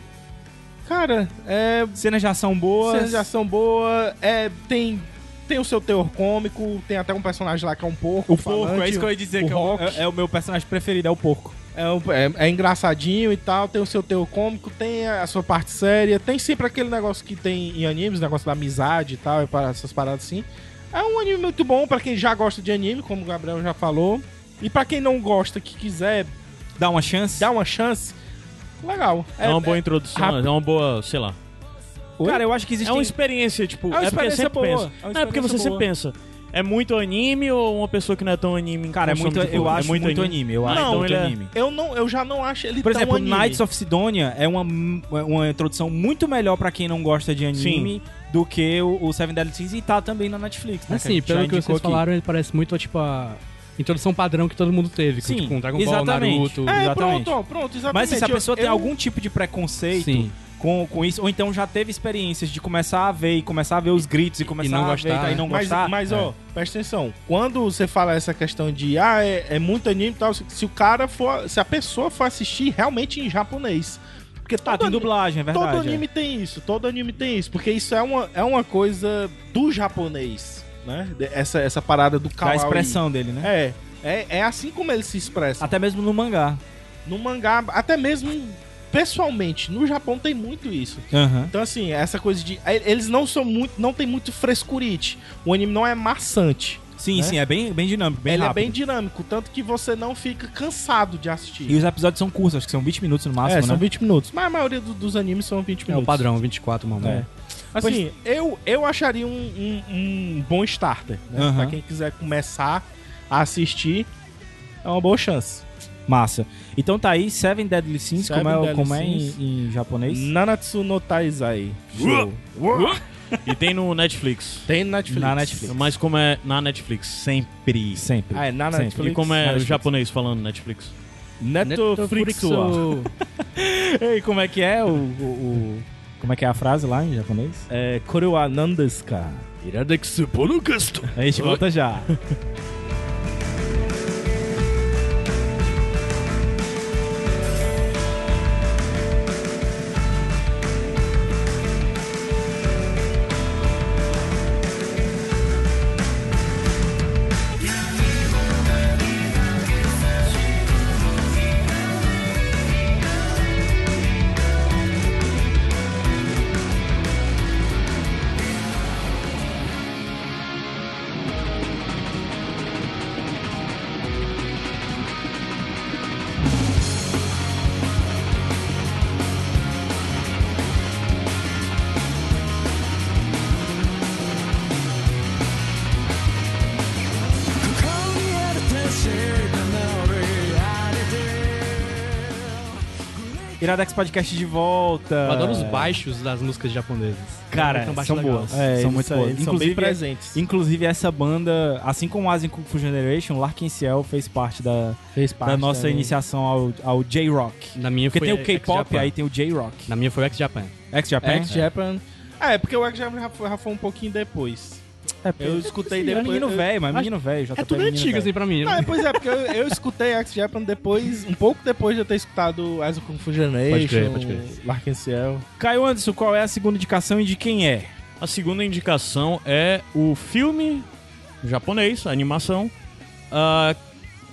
S3: Cara, é.
S1: Cenas de ação boas.
S3: Cenas de ação boa, é, tem, tem o seu teor cômico, tem até um personagem lá que é um porco.
S1: O porco,
S3: falante,
S1: é isso que eu ia dizer,
S3: o
S1: que é o-
S3: Rock.
S1: é, é o meu personagem preferido, é o porco.
S3: É, um- é- é engraçadinho e tal, tem o seu teor cômico, tem a sua parte séria, tem sempre aquele negócio que tem em animes, negócio da amizade e tal, e para- essas paradas assim. É um anime muito bom pra quem já gosta de anime, como o Gabriel já falou. E pra quem não gosta, que quiser
S1: Dá uma chance.
S3: dar uma chance, legal.
S2: É, uma boa introdução,
S3: rápido.
S2: é uma boa, sei lá.
S3: Oi?
S1: Cara, eu acho que existe. um-
S2: É uma experiência, tipo,
S1: É uma
S2: é, porque
S1: experiência
S2: sempre
S1: boa, é uma
S2: pensa. Não, é porque você
S1: experiência
S2: sempre pensa. É muito anime ou uma pessoa que não é tão anime?
S1: Cara, é
S2: consome
S1: muito,
S2: de boa?
S1: eu
S2: É
S1: acho muito, anime. Eu
S2: Ah,
S1: acho
S2: então
S1: muito
S2: ele é-
S1: anime.
S3: Eu, não, eu já não acho ele
S1: Por
S3: tão
S1: exemplo,
S3: Então, anime.
S1: Knights of Sidonia é uma, uma introdução muito melhor pra quem não gosta de anime do que o, o Seven Deadly Sins e tá também na Netflix, né? a
S4: Assim,
S1: gente já
S4: pelo que
S1: indicou
S4: vocês
S1: aqui.
S4: falaram, ele parece muito, tipo, a introdução padrão que todo mundo teve. com,
S1: Sim,
S4: tipo, um Dragon
S1: exatamente.
S4: Ball, Naruto...
S3: É,
S1: Exatamente.
S3: pronto, ó, pronto, exatamente.
S1: Mas assim, se essa
S3: Eu-
S1: pessoa tem
S3: eu-
S1: algum tipo de preconceito
S4: Sim.
S1: com, com isso, ou então já teve experiências de começar a ver e começar a ver os gritos e começar
S4: não
S1: a
S4: gostar,
S1: ver e não
S3: mas,
S1: gostar.
S3: Mas,
S1: é.
S3: ó, presta atenção. Quando você fala essa questão de, ah, é, é muito anime e tal, se, se o cara for, se a pessoa for assistir realmente em japonês. Porque
S1: Ah,
S3: todo,
S1: tem
S3: ani-
S1: dublagem, é verdade.
S3: todo
S1: é.
S3: anime tem isso, todo anime tem isso. Porque isso é uma, é uma coisa do japonês, né? De- Essa, essa parada do
S1: Da
S3: kawaii.
S1: expressão dele, né? Ah.
S3: É, é, é assim como ele se expressa.
S1: Até mesmo no mangá.
S3: No mangá, até mesmo pessoalmente, no Japão tem muito isso.
S1: Aham.
S3: Então, assim, essa coisa de. Eles não são muito. Não tem muito frescurite. O anime não é maçante.
S1: Sim,
S3: Né?
S1: sim, é bem, bem dinâmico, bem
S3: ele
S1: rápido.
S3: é bem dinâmico, tanto que você não fica cansado de
S1: E
S3: assistir.
S1: os episódios são curtos, acho que são 20 minutos no máximo,
S3: é,
S1: né?
S3: são 20 minutos. Mas a maioria do- dos animes são 20
S4: É
S3: minutos.
S4: o padrão, 24, mano.
S1: É.
S3: Assim, eu, eu acharia um, um- um bom starter. Né?
S1: Aham.
S3: Pra quem quiser começar a assistir, é uma boa chance.
S1: Massa. Então tá aí, Seven Deadly Sins,
S3: Seven
S1: como é,
S3: Deadly
S1: como é Uh!
S3: Sins. Hum.
S1: em, em japonês?
S3: Nanatsu no Taizai.
S2: Show. E tem no Netflix.
S3: Tem na Netflix.
S1: Na Netflix.
S2: Mas como é na Netflix, sempre.
S1: Sempre.
S3: Ah, é na
S1: Sempre.
S3: Netflix.
S2: E como é o
S3: Netflix.
S2: japonês falando Netflix?
S4: Né, então,
S3: Netflix.
S1: [laughs] E como é que é o, o- o- Como é que é a frase lá em japonês?
S3: É Korewa Nandesuka.
S1: A gente volta já. [laughs] Iradex Podcast de volta.
S4: Eu adoro os baixos das músicas japonesas.
S1: Cara,
S4: baixo
S1: são
S4: legal.
S1: boas.
S3: É,
S1: são
S3: eles
S1: muito
S3: são-
S1: boas.
S3: eles são bem
S1: inclusive,
S3: presentes.
S1: inclusive, essa banda, assim como Asian Kung Fu Generation, Larkin Ciel fez parte da,
S3: Fez parte
S1: da nossa iniciação ao, ao J-Rock.
S4: Na minha
S1: Porque
S4: foi
S1: tem o K-pop,
S4: X-Japan.
S1: aí tem o J-Rock.
S4: Na minha foi o X-Japan.
S1: X-Japan?
S3: X Japan. É, porque o X Japan já foi, já foi um pouquinho depois.
S1: É,
S3: Eu escutei
S1: Era
S3: depois.
S1: menino
S3: eu-
S1: velho, mas
S4: Acho-
S1: menino velho.
S4: É tudo antigo, assim, pra mim.
S1: né?
S3: Não, é, pois é, porque eu, eu escutei X Japan depois, um pouco depois de eu ter escutado As Kung Fu Generation,
S4: Pode crer, pode crer.
S3: Larkin Ciel.
S1: Caio Anderson, qual é a segunda indicação e de quem é?
S2: A segunda indicação é o filme japonês, a animação. ah,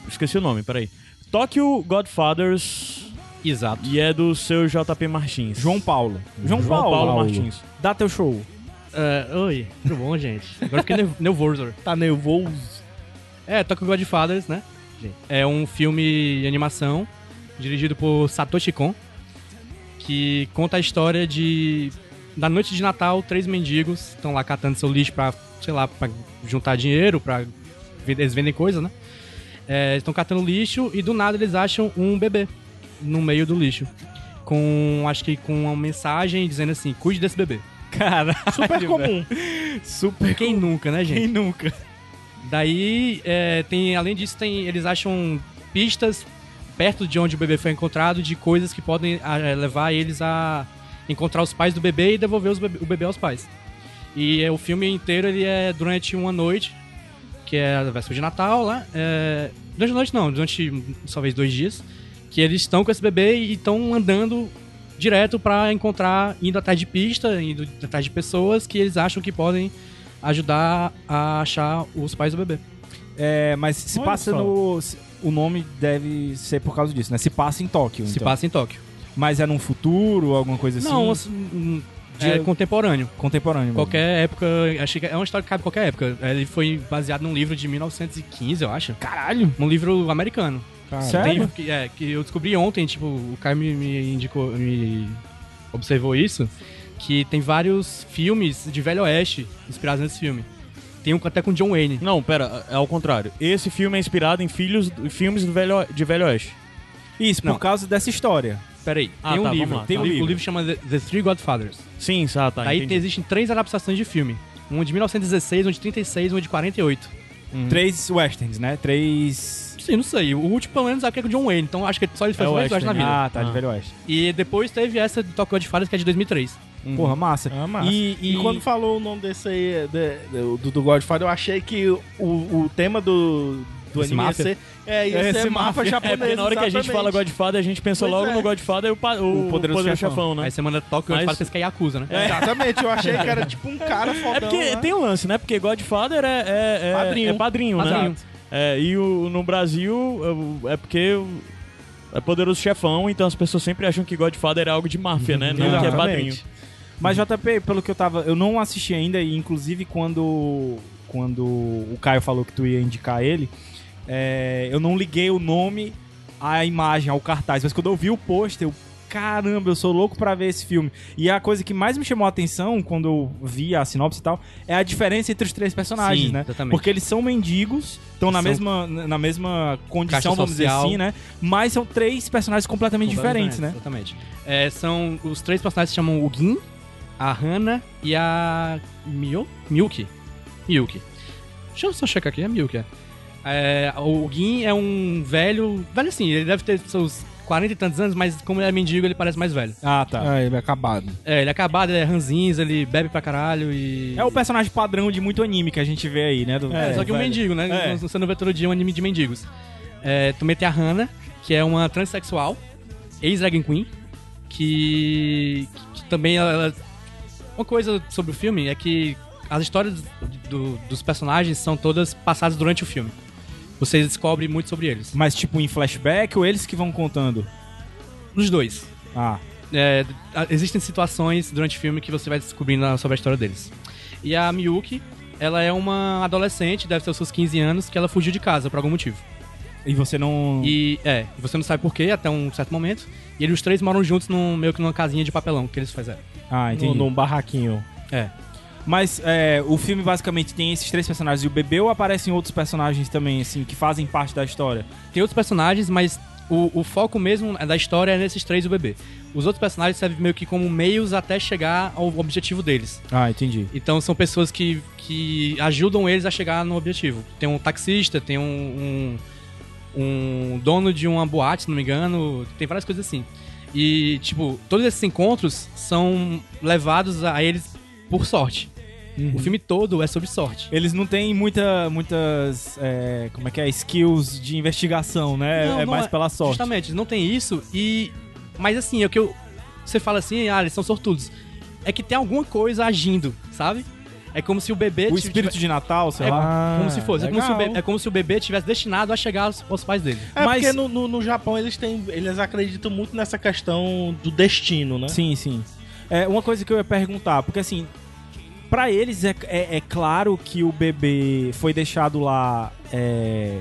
S2: esqueci o nome, peraí. Tokyo Godfathers
S4: Exato.
S2: e é do seu JP Martins.
S1: João Paulo. João,
S2: João Paulo,
S1: Paulo
S2: Martins.
S1: Dá teu show.
S4: Ah, oi, tudo bom, gente? Agora eu fiquei nerv- nervoso.
S3: Tá nervoso?
S4: É, Tokyo Godfathers, né? É um filme de animação dirigido por Satoshi Kon, que conta a história de... Da noite de Natal, três mendigos estão lá catando seu lixo pra, sei lá, pra juntar dinheiro, pra... Eles vendem coisa, né? É, estão catando lixo e do nada eles acham um bebê no meio do lixo. Com, acho que com uma mensagem dizendo assim, cuide desse bebê.
S1: Cara,
S3: Super comum.
S1: super
S4: Quem nunca, né, gente?
S1: nunca.
S4: Daí, é, tem, além disso, tem, eles acham pistas perto de onde o bebê foi encontrado de coisas que podem ah, eh, levar eles a encontrar os pais do bebê e devolver os bebê- o bebê aos pais. E é, o filme inteiro ele é durante uma noite, que é a véspera de Natal lá. É, durante a noite não, durante hum, talvez dois dias, que eles estão com esse bebê e estão andando direto pra encontrar, indo atrás de pista, indo atrás de pessoas que eles acham que podem ajudar a achar os pais do bebê.
S1: É, mas se
S2: Olha
S1: passa
S2: só.
S1: no. se- O nome deve ser por causa disso, né? Se passa em Tóquio.
S4: Se
S1: então.
S4: passa em Tóquio.
S1: Mas é num futuro, alguma coisa assim?
S4: Não, assim, um- é
S1: É,
S4: contemporâneo.
S2: Hum.
S1: Contemporâneo. mesmo.
S4: Qualquer época, acho que é uma história que cabe em qualquer época. Ele foi baseado num livro de 1915, eu acho.
S1: Caralho!
S4: Um livro americano.
S2: Ah,
S1: Sério?
S4: Livro que, é, que eu descobri ontem, tipo, o Caio me, me indicou, me observou isso, que tem vários filmes de Velho Oeste inspirados nesse filme. Tem um até com John Wayne.
S2: Não, pera, é ao contrário. Esse filme é inspirado em filhos, filmes do velho, de Velho Oeste.
S1: Isso,
S4: Não.
S1: por causa dessa história.
S4: Peraí,
S2: Ah,
S4: tem um
S2: tá, vamos
S4: livro.
S2: lá,
S4: tem
S2: tá.
S4: um livro.
S2: Livro.
S4: O livro chama The- The Three Godfathers.
S2: Sim, ah, tá.
S4: Aí
S2: entendi.
S4: tem- existem três adaptações de filme. Uma de 1916, uma de 36 e uma de 48.
S1: Três westerns, né? Três.
S4: Sim, não sei. O último, pelo menos, é aquele com John Wayne. Então acho que só ele fez
S2: É
S4: é
S2: o
S4: mais
S2: Western,
S4: na vida.
S1: Ah, tá,
S2: Ah.
S1: de Velho Oeste.
S4: E depois teve essa do Tokyo de Fadas, que é de 2003.
S1: Porra, massa.
S3: Ah, massa.
S1: E,
S3: E,
S1: e-
S3: quando falou o nome desse aí, de- do, do Godfather, eu achei que o, o tema do, do
S1: Esse
S3: anime ia
S1: máfia?
S3: ser, é, ia
S1: Esse
S3: ser máfia
S1: máfia.
S2: É,
S3: japonês.
S2: porque na hora que a gente
S3: exatamente.
S2: fala Godfather, a gente pensa
S3: Pois
S2: logo
S3: é.
S2: no Godfather e o, pa- o, o Poderoso, Chefão, né?
S4: Aí você manda Tokyo
S2: Mas-
S4: de Fadas, pensa que é Yakuza, né?
S3: Exatamente, eu achei que [laughs] era tipo um cara fodão.
S2: É porque
S3: né?
S2: tem um lance, né? Porque Godfather é, é, é-
S3: Padrinho.
S2: é padrinho, né?
S3: Padrinho.
S2: É, e o- no Brasil é, é porque o- é poderoso chefão, então as pessoas sempre acham que Godfather é algo de máfia, né? Não que é
S1: Exatamente.
S2: padrinho.
S1: Mas JP, pelo que eu tava. Eu não assisti ainda, e inclusive quando. Quando o Caio falou que tu ia indicar ele, é, eu não liguei o nome à imagem, ao cartaz. Mas quando eu vi o pôster, eu. Caramba, eu sou louco pra ver esse filme. E a coisa que mais me chamou a atenção quando eu vi a sinopse e tal é a diferença entre os três personagens,
S4: Sim,
S1: né?
S4: exatamente.
S1: Porque eles são mendigos, estão na
S4: São-
S1: mesma, na mesma condição,
S4: Caixa
S1: vamos dizer
S4: social.
S1: assim, né? Mas são três personagens completamente diferentes, né?
S4: Exatamente. É, são os três personagens que se chamam o Gin, a Hana e a Mio? Miyuki. Miyuki. Deixa eu só checar aqui, é Miyuki, é. É, o Gin é um velho... Velho assim, ele deve ter seus 40 e tantos anos, mas como ele é mendigo, ele parece mais velho.
S1: Ah, tá.
S3: Ah, ele é acabado.
S4: É, ele é acabado, ele é ranzinza, ele bebe pra caralho e...
S1: É o personagem padrão de muito anime que a gente vê aí, né? Do-
S4: É, só que um
S1: velho.
S4: mendigo, né?
S1: É.
S4: Não- Você não vê todo dia um anime de mendigos. É, também tem a Hannah, que é uma transexual, ex-Dragon Queen, que, que também ela, ela- Uma coisa sobre o filme é que as histórias do- dos personagens são todas passadas durante o filme. Você descobre muito sobre eles.
S1: Mas tipo em flashback ou eles que vão contando?
S4: Os dois.
S1: Ah,
S4: É, a- existem situações durante o filme que você vai descobrindo a- sobre a história deles. E a Miyuki, ela é uma adolescente, deve ter os seus 15 anos, que ela fugiu de casa por algum motivo.
S1: e você não.
S4: E é, você não sabe por quê até um certo momento. E eles os três moram juntos num, meio que numa casinha de papelão que eles fizeram.
S1: Ah, entendi.
S3: Num barraquinho.
S4: É.
S1: Mas é, o filme basicamente tem esses três personagens e o bebê ou aparecem outros personagens também, assim, que fazem parte da história?
S4: Tem outros personagens, mas o, o foco mesmo da história é nesses três e o bebê. Os outros personagens servem meio que como meios até chegar ao objetivo deles.
S1: Ah, entendi.
S4: Então são pessoas que, que ajudam eles a chegar no objetivo. Tem um taxista, tem um, um, um dono de uma boate, se não me engano, tem várias coisas assim. E, tipo, todos esses encontros são levados a eles por sorte.
S1: Uhum.
S4: O filme todo é sobre sorte.
S1: Eles não têm muita, muitas. é, como é que é? Skills de investigação, né?
S4: Não,
S1: é
S4: não
S1: mais
S4: é-
S1: pela sorte.
S4: Justamente, não tem isso e. Mas assim, é o que eu. Você fala assim, ah, eles são sortudos. É que tem alguma coisa agindo, sabe? É como se o bebê.
S1: O
S4: tive-
S1: espírito de Natal, sei
S4: É
S1: lá.
S4: como se fosse. É como se, o
S3: legal.
S4: bebê, é como se o bebê tivesse destinado a chegar aos, aos pais dele.
S3: É
S1: Mas-
S3: porque no, no, no Japão eles têm. Eles acreditam muito nessa questão do destino, né?
S1: Sim, sim. É, uma coisa que eu ia perguntar, porque assim, pra eles é, é, é claro que o bebê foi deixado lá, é,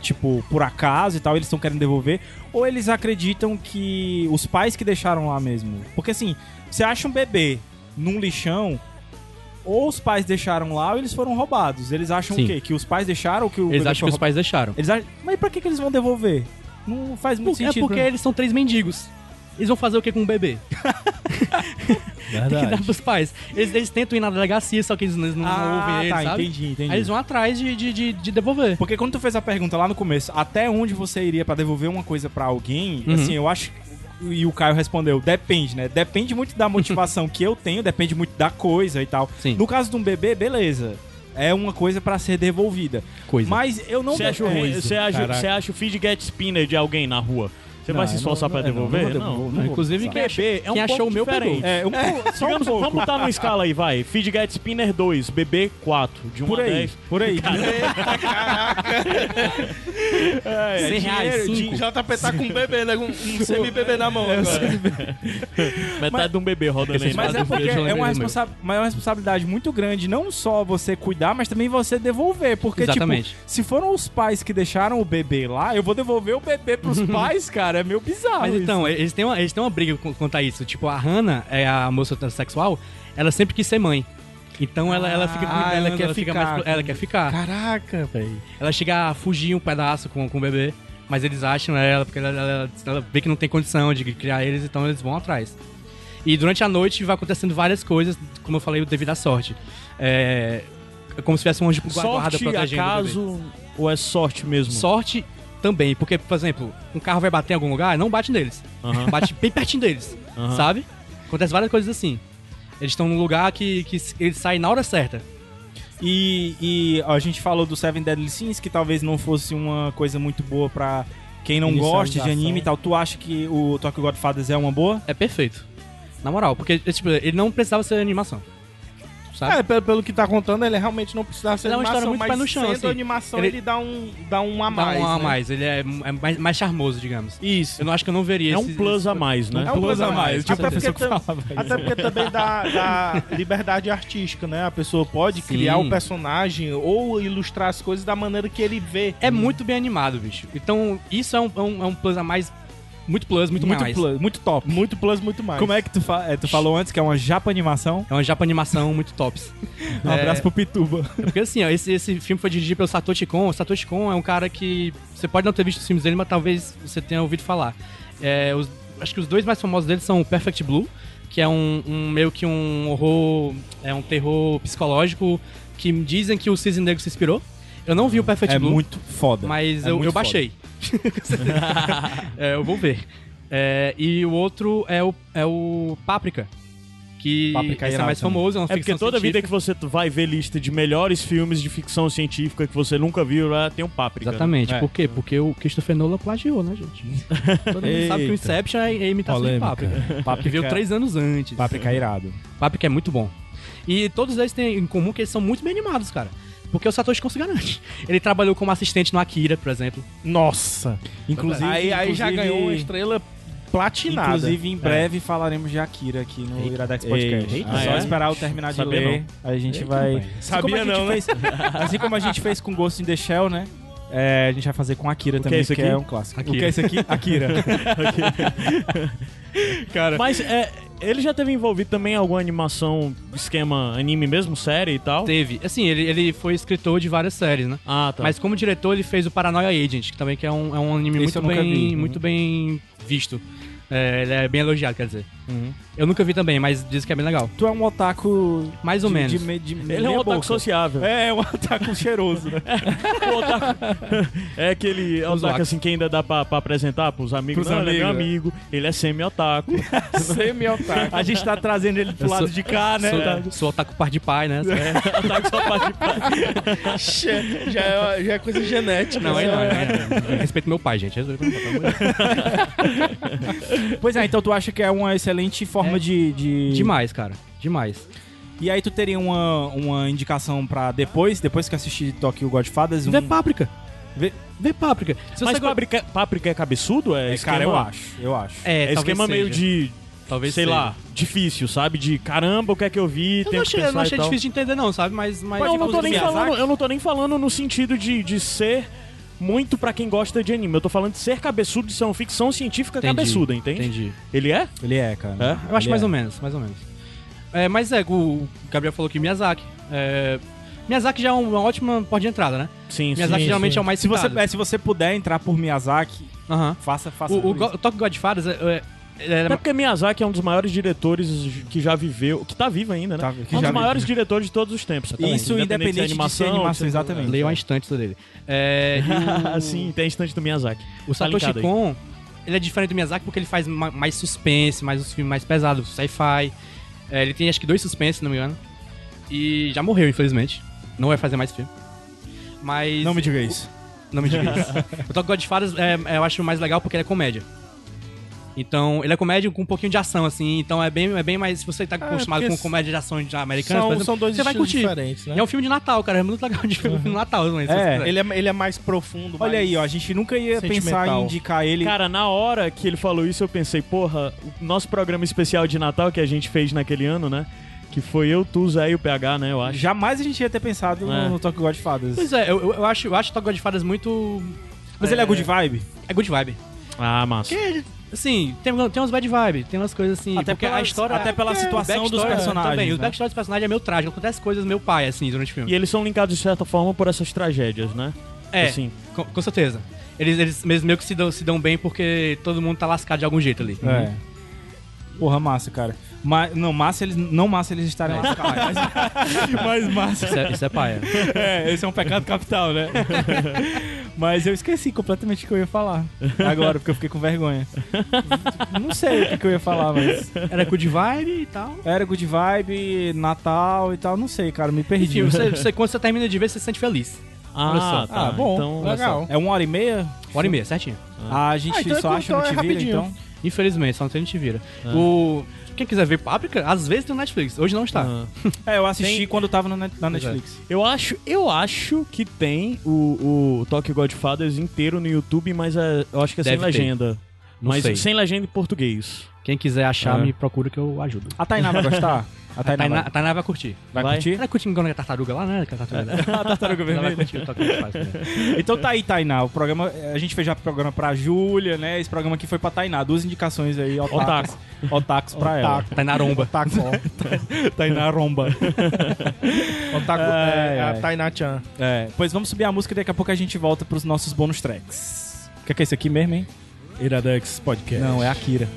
S1: tipo, por acaso e tal, eles estão querendo devolver, ou eles acreditam que os pais que deixaram lá mesmo? Porque assim, você acha um bebê num lixão. Ou os pais deixaram lá ou eles foram roubados. Eles acham
S4: Sim.
S1: o quê? Que os pais deixaram ou que o
S4: Eles
S1: bebê
S4: acham
S1: foi
S4: que os
S1: roubado?
S4: pais deixaram.
S1: Eles acham... Mas pra que, que eles vão devolver? Não faz muito
S4: é
S1: sentido. né?
S4: porque
S1: pra mim.
S4: eles são três mendigos. Eles vão fazer o que com um
S1: [laughs]
S4: bebê? Tem que dar pros pais. Eles, eles tentam ir na delegacia, só que eles não, não ouvem
S1: Ah,
S4: eles,
S1: tá,
S4: sabe?
S1: entendi, entendi.
S4: Aí eles vão atrás de, de, de, de devolver.
S1: Porque quando tu fez a pergunta lá no começo, até onde você iria pra devolver uma coisa pra alguém,
S4: Uhum.
S1: assim, eu acho. E o Caio respondeu: depende, né? Depende muito
S4: [laughs]
S1: da motivação que eu tenho, depende muito da coisa e tal.
S4: Sim.
S1: No caso de um bebê, beleza. É uma coisa pra ser devolvida.
S4: Coisa.
S1: Mas eu não
S2: Você acha,
S1: defendo-
S2: o- você acha,
S1: Caraca.
S2: você acha o feed get spinner de alguém na rua? Você vai
S1: Não,
S2: se
S1: eu
S2: esforçar
S1: não- é,
S2: pra
S1: não,
S2: devolver?
S1: não vou devolver,
S2: Não.
S1: não vou
S4: Inclusive,
S1: usar.
S4: quem achou,
S2: Bebê é um
S4: quem achou
S2: pouco
S4: o meu
S2: diferente.
S4: pegou.
S2: [laughs]
S1: É, um pouco, só um
S2: Digamos,
S1: pouco.
S2: vamos botar [laughs] numa escala aí, vai. Feed get spinner 2, bebê 4, de 1
S1: Por
S2: a
S1: aí,
S2: 10.
S1: por aí.
S4: É, 100 reais,
S3: O
S4: cinco.
S3: JP tá com um bebê, né? Com um semi-bebê na mão agora.
S2: Metade de um bebê rodando aí.
S1: Mas
S2: metade
S1: é
S2: de um
S1: porque
S4: eu
S1: é
S4: lembrei
S1: uma,
S4: do meu.
S1: responsa- mas é uma responsabilidade muito grande, não só você cuidar, mas também você devolver. Porque,
S4: Exatamente.
S1: tipo, se foram os pais que deixaram o bebê lá, eu vou devolver o bebê [laughs] pros pais, cara. É meio bizarro.
S4: Mas
S1: isso.
S4: então, eles têm, uma, eles têm uma briga com- quanto a isso. Tipo, a Hannah, é a moça transexual, ela sempre quis ser mãe. Então ela, ela fica
S1: Ah,
S4: cuidando,
S1: ela quer
S4: fica
S1: ficar
S4: mais,
S1: com-
S4: ela quer ficar.
S3: Caraca, velho.
S4: Ela chega a fugir um pedaço com, com o bebê, mas eles acham ela, porque ela, ela- ela vê que não tem condição de criar eles, então eles vão atrás. E durante a noite vai acontecendo várias coisas, como eu falei, devido à sorte. É, é como se tivesse um anjo guarda guarda
S2: Sorte,
S4: protegendo o bebê.
S2: acaso, ou é sorte mesmo?
S4: Sorte também, porque, por exemplo, um carro vai bater em algum lugar, não bate neles.
S2: Aham.
S4: [laughs] Bate bem pertinho deles,
S2: Aham.
S4: sabe? Acontece várias coisas assim. Eles estão num lugar que, que eles saem na hora certa.
S1: E, e a gente falou do Seven Deadly Sins, que talvez não fosse uma coisa muito boa pra quem não gosta de anime e tal. Tu acha que o Tokyo Godfathers é uma boa?
S4: É perfeito. Na moral, porque tipo, ele não precisava ser animação. Sabe?
S3: É, pelo, pelo que tá contando, ele realmente não precisava ser
S4: Ele é uma
S3: animação,
S4: história muito
S3: mas
S4: pé no chão,
S3: sendo
S4: assim.
S3: animação,
S4: Ele-
S3: ele... dá um dá um a
S4: Dá
S3: mais.
S4: um a
S3: né?
S4: mais, ele é, é mais, mais charmoso, digamos.
S3: Isso.
S4: Eu não acho que eu não veria
S2: É
S4: esse-
S2: um plus a mais, né?
S3: É um plus a mais.
S4: tipo,
S3: até, porque
S4: pessoa que
S3: tam-
S4: falava isso.
S3: até porque também dá, dá liberdade artística, né? A pessoa pode
S4: Sim.
S3: criar o personagem ou ilustrar as coisas da maneira que ele vê.
S4: É muito bem animado, bicho. Então, isso é um, é um, é um plus a mais. Muito plus, muito, mais.
S1: plu- muito top.
S3: Muito plus, muito mais.
S1: Como é que tu, fa- é, tu falou antes que é uma japa animação?
S4: É uma japa animação muito tops.
S1: Um
S4: É.
S1: abraço pro Pituba.
S4: É Porque assim, ó, esse, esse filme foi dirigido pelo Satoshi Kon. O Satoshi Kon é um cara que você pode não ter visto os filmes dele, mas talvez você tenha ouvido falar. É, os- acho que os dois mais famosos dele são o Perfect Blue, que é um, um meio que um horror, é um terror psicológico que dizem que o Cisne Negro se inspirou. Eu não vi o Perfect
S1: É
S4: Blue,
S1: muito foda.
S4: mas
S1: É
S4: eu,
S1: muito
S4: eu
S1: foda.
S4: baixei. [laughs] É, eu vou ver. É, e o outro é o, é o Páprica, que
S1: Páprica é
S4: esse é
S1: irado
S4: mais
S1: também.
S4: famoso, é uma
S2: É porque
S4: ficção
S2: toda vida
S4: científica.
S2: que você t- vai ver lista de melhores filmes de ficção científica que você nunca viu, lá tem um Páprica. né?
S4: Exatamente.
S1: É.
S4: Por quê? Porque o Christopher Nolan plagiou, né, gente? Todo mundo sabe que
S1: Eita.
S4: o Inception é, é imitação de
S1: Polêmica.
S4: Páprica. Que
S1: Páprica-
S4: veio três anos antes.
S1: Páprica irado.
S4: Páprica é muito bom. E todos eles têm em comum que eles são muito bem animados, cara. Porque o Satoshi Kon se garante. Ele trabalhou como assistente no Akira, por exemplo.
S3: Nossa.
S1: Inclusive,
S3: aí, aí já
S1: inclusive-
S3: ganhou uma estrela É. platinada.
S1: Inclusive, em breve falaremos de Akira aqui no
S4: Eita.
S1: Iradex Podcast.
S4: Eita.
S1: É só
S2: Ah, é?
S1: esperar eu terminar de
S2: Sabia
S1: ler. Aí a gente
S4: Eita,
S1: vai.
S4: rapaz.
S1: Assim como
S3: Sabia
S1: a gente
S3: não, né?
S1: fez- [laughs] assim como a gente fez com Ghost in the Shell, né? É, a gente vai fazer com Akira
S2: que
S1: também,
S2: é isso
S1: que
S2: aqui?
S1: é um clássico. O que
S4: Akira.
S1: é isso aqui? Akira.
S4: [laughs] Cara,
S2: Mas é, ele já teve envolvido também em alguma animação, esquema anime mesmo, série e tal?
S4: teve. Assim, ele, ele foi escritor de várias séries, né?
S2: Ah, tá.
S4: Mas como diretor, ele fez o Paranoia Agent, que também que é, um, é um anime muito
S1: Esse eu nunca
S4: bem,
S1: vi. Uhum.
S4: muito bem visto. É, ele é bem elogiado, quer dizer.
S1: Uhum.
S4: Eu nunca vi também, mas diz que é bem legal.
S1: tu é um otaku.
S4: Mais ou
S1: de-
S4: menos.
S1: de me- de
S2: ele é
S1: meia
S2: um otaku
S1: boca.
S2: [laughs] sociável.
S1: É, é um otaku cheiroso, né?
S3: [laughs]
S2: O otaku- é aquele
S4: Os
S2: otaku
S4: otakus.
S2: assim que ainda dá pra, pra apresentar pros amigos.
S1: Pros
S2: Não, ele é meu
S1: amigos,
S2: amigo, ele é semi-otaco.
S3: Semi-otário.
S1: A gente tá trazendo ele pro
S4: Eu
S1: lado
S4: sou-
S1: de cá, né?
S4: Sou, sou otaku par de pai, né?
S2: é, otaku só parte de
S3: já, é, [laughs] já é coisa genética.
S4: Não, aí não. é- é- Respeito meu pai, gente. Respeito meu pai, pelo amor de Deus.
S1: Pois é, então tu acha que é uma excelente forma
S4: É.
S1: de, de.
S4: Demais, cara. Demais.
S1: E aí tu teria uma, uma indicação pra depois, depois que assistir Tokyo Godfathers, um
S4: Vê páprica.
S1: Vê-
S4: Vê, Hum. páprica. Se
S2: Mas
S4: go-
S2: páprica, páprica é cabeçudo? É,
S1: É,
S2: esquema,
S1: cara, eu acho, eu acho.
S4: É,
S2: É
S4: talvez
S2: esquema
S4: seja.
S2: meio de,
S4: Talvez
S2: sei
S4: seja.
S2: lá, difícil, sabe? De caramba, o que é que eu vi?
S4: Eu
S2: tenho
S4: não
S2: que
S4: achei, eu não
S2: pensar e
S4: achei
S2: tal.
S4: difícil de entender, não, sabe? Mas. mas tipo assim,
S2: Não, eu, não tô nem
S1: Miyazaki?
S2: falando, eu não tô nem falando no sentido de, de ser muito pra quem gosta de anime. Eu tô falando de ser cabeçudo, de ser uma ficção científica
S4: Entendi,
S2: cabeçuda, entende?
S4: Entendi.
S2: Ele é?
S1: Ele é, cara.
S4: Eu acho mais ou menos, mais ou menos. É, mas é, o Gabriel falou que Miyazaki. É, Miyazaki já é uma ótima porta de entrada, né?
S2: Sim,
S4: Miyazaki geralmente é o mais
S1: Se você,
S4: citado.
S1: é, se você puder entrar por Miyazaki,
S4: Aham.
S1: faça, faça.
S4: O, o,
S1: por
S4: Go-
S1: isso.
S4: o Tokyo Godfathers é, é, é,
S2: Até porque Miyazaki é um dos maiores diretores que já viveu, que tá vivo ainda, né?
S1: Tá vivo, que
S2: é um
S1: já
S2: dos
S1: viveu.
S2: maiores diretores de todos os tempos.
S1: Isso independente de
S2: se é
S1: ser animação,
S3: Então.
S1: exatamente.
S4: leio uma instante dele. É,
S3: [laughs]
S4: e
S3: Tá
S2: Ah, [laughs] Sim, tem instante do Miyazaki.
S4: o, o
S2: Tá
S4: Satoshi
S2: linkado aí.
S4: Kon, ele é diferente do Miyazaki porque ele faz ma- mais suspense, mais os filmes mais pesados, sci-fi. É, ele tem acho que dois suspense, se não me engano. E já morreu, infelizmente. Não vai fazer mais filme. Mas.
S1: Não me diga isso.
S4: Não me diga
S3: [laughs]
S4: isso. o Toca Godfathers é, é, eu acho mais legal porque ele é comédia. Então, ele é comédia com um pouquinho de ação, assim. Então, é bem, é bem mais. Se você tá acostumado
S3: porque
S4: com comédia de ação de americana, por
S3: São,
S4: exemplo,
S3: são dois
S4: você vai
S3: estilos
S4: curtir.
S3: diferentes, né?
S4: E é um filme de Natal, cara. É muito legal de filme de Natal, não é? se
S1: É,
S4: você quiser.
S3: Ele é, ele é mais profundo.
S1: Olha
S3: mais-
S1: aí, ó, a gente nunca ia pensar
S3: Sentimental.
S1: em indicar ele.
S2: Cara, na hora que ele falou isso, eu pensei, porra, o nosso programa especial de Natal que a gente fez naquele ano, né? Que foi eu, tu, Zé e o PH, né? Eu acho.
S1: Jamais a gente ia ter pensado
S2: É.
S1: no Tokyo Godfathers.
S4: Pois é, eu, eu- eu acho, eu acho Toca Godfathers muito.
S1: Mas ele é good vibe?
S4: É good vibe.
S2: Ah, massa.
S4: Assim, tem, tem umas bad vibe, tem umas coisas assim.
S1: Até
S4: porque
S1: pela-
S4: a história.
S1: até pela
S4: o
S1: situação dos
S4: backstory
S1: personagens,
S4: Também,
S1: né?
S4: o backstory dos personagens é meio trágico. Acontece coisas meu pai, assim, durante o filme.
S2: E eles são linkados de certa forma por essas tragédias, né?
S4: É,
S2: Assim.
S4: com, com certeza. Eles, eles, eles meio que se dão, se dão bem porque todo mundo tá lascado de algum jeito ali.
S1: É. Porra, massa, cara. Ma não, massa eles, não massa eles estarem lá. Mas massa.
S4: Uhum. Isso é, isso é paia.
S1: É, esse é um pecado capital, né? Mas eu esqueci completamente o que eu ia falar agora, porque eu fiquei com vergonha. Não sei o que que eu ia falar, mas.
S4: Era good vibe e tal.
S1: Era good vibe, Natal e tal, não sei, cara, me perdi.
S4: Enfim, você, você- quando você termina de ver, você se sente feliz.
S2: Ah, tá.
S1: Ah, bom,
S2: Então,
S3: Legal.
S1: É uma hora e meia?
S4: Hora e meia, certinho.
S1: a gente
S3: Ah, então é
S1: só
S3: com-
S1: acha no
S3: então é
S1: TV,
S3: rapidinho.
S1: então.
S4: Infelizmente, só não tem Vira.
S1: Ah.
S4: O. Quem quiser ver Páprica, às vezes tem no Netflix. Hoje não está.
S2: Ah.
S1: É, eu assisti quando tava no net- na Netflix.
S2: Eu acho, eu acho que tem o, o Tokyo Godfathers inteiro no YouTube, mas é- eu acho que é
S4: Deve
S2: sem
S4: ter.
S2: legenda.
S4: Não
S2: mas
S4: sei.
S2: sem legenda em português.
S4: Quem quiser achar,
S1: É.
S4: me procura que eu ajudo.
S1: A Tainá vai gostar? A
S4: A
S1: Tainá
S4: Tainá,
S1: vai,
S4: a Tainá vai curtir.
S1: vai
S2: vai.
S1: curtir? É.
S4: Ela curte igual a tartaruga lá, né? Que a tartaruga,
S1: [laughs] A tartaruga
S4: Ela vai
S1: vermelha.
S4: curtir o toque que a gente faz. né?
S1: Então tá aí, Tainá. O programa, a gente fez já o programa pra Júlia, né? Esse programa aqui foi pra Tainá. Duas indicações aí, otakus. Otakus pra ela.
S4: Tainaromba.
S3: Otaku.
S1: [laughs] Tainá Romba.
S3: Otaku
S1: Ai,
S3: é, é
S1: ai.
S3: a Tainá-chan.
S1: É, pois vamos subir a música e daqui a pouco a gente volta pros nossos bônus tracks. O que, que é isso aqui mesmo, hein?
S2: Iradex Podcast.
S1: Não, é Akira.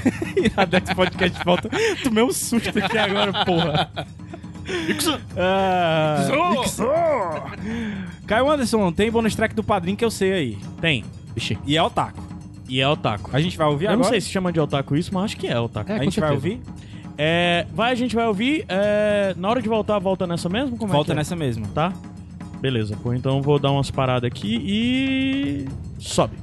S1: [laughs] Iradex Podcast de volta. Tomei um susto aqui agora, porra. Ah, Ixo! Caio Anderson, tem bônus track do padrinho que eu sei aí.
S2: Tem.
S1: E é otaku.
S2: E é otaku.
S1: A gente vai ouvir
S2: Eu
S1: agora?
S2: não sei se chama de otaku isso, mas acho que é otaku.
S4: É,
S1: A
S4: com
S1: gente vai
S4: certeza.
S1: ouvir?
S2: É, vai, a gente vai ouvir. é, na hora de voltar, volta nessa mesmo? Como é
S1: Volta
S2: que é?
S1: nessa mesma.
S2: Tá? Beleza, pô. Então vou dar umas paradas aqui e. Sobe.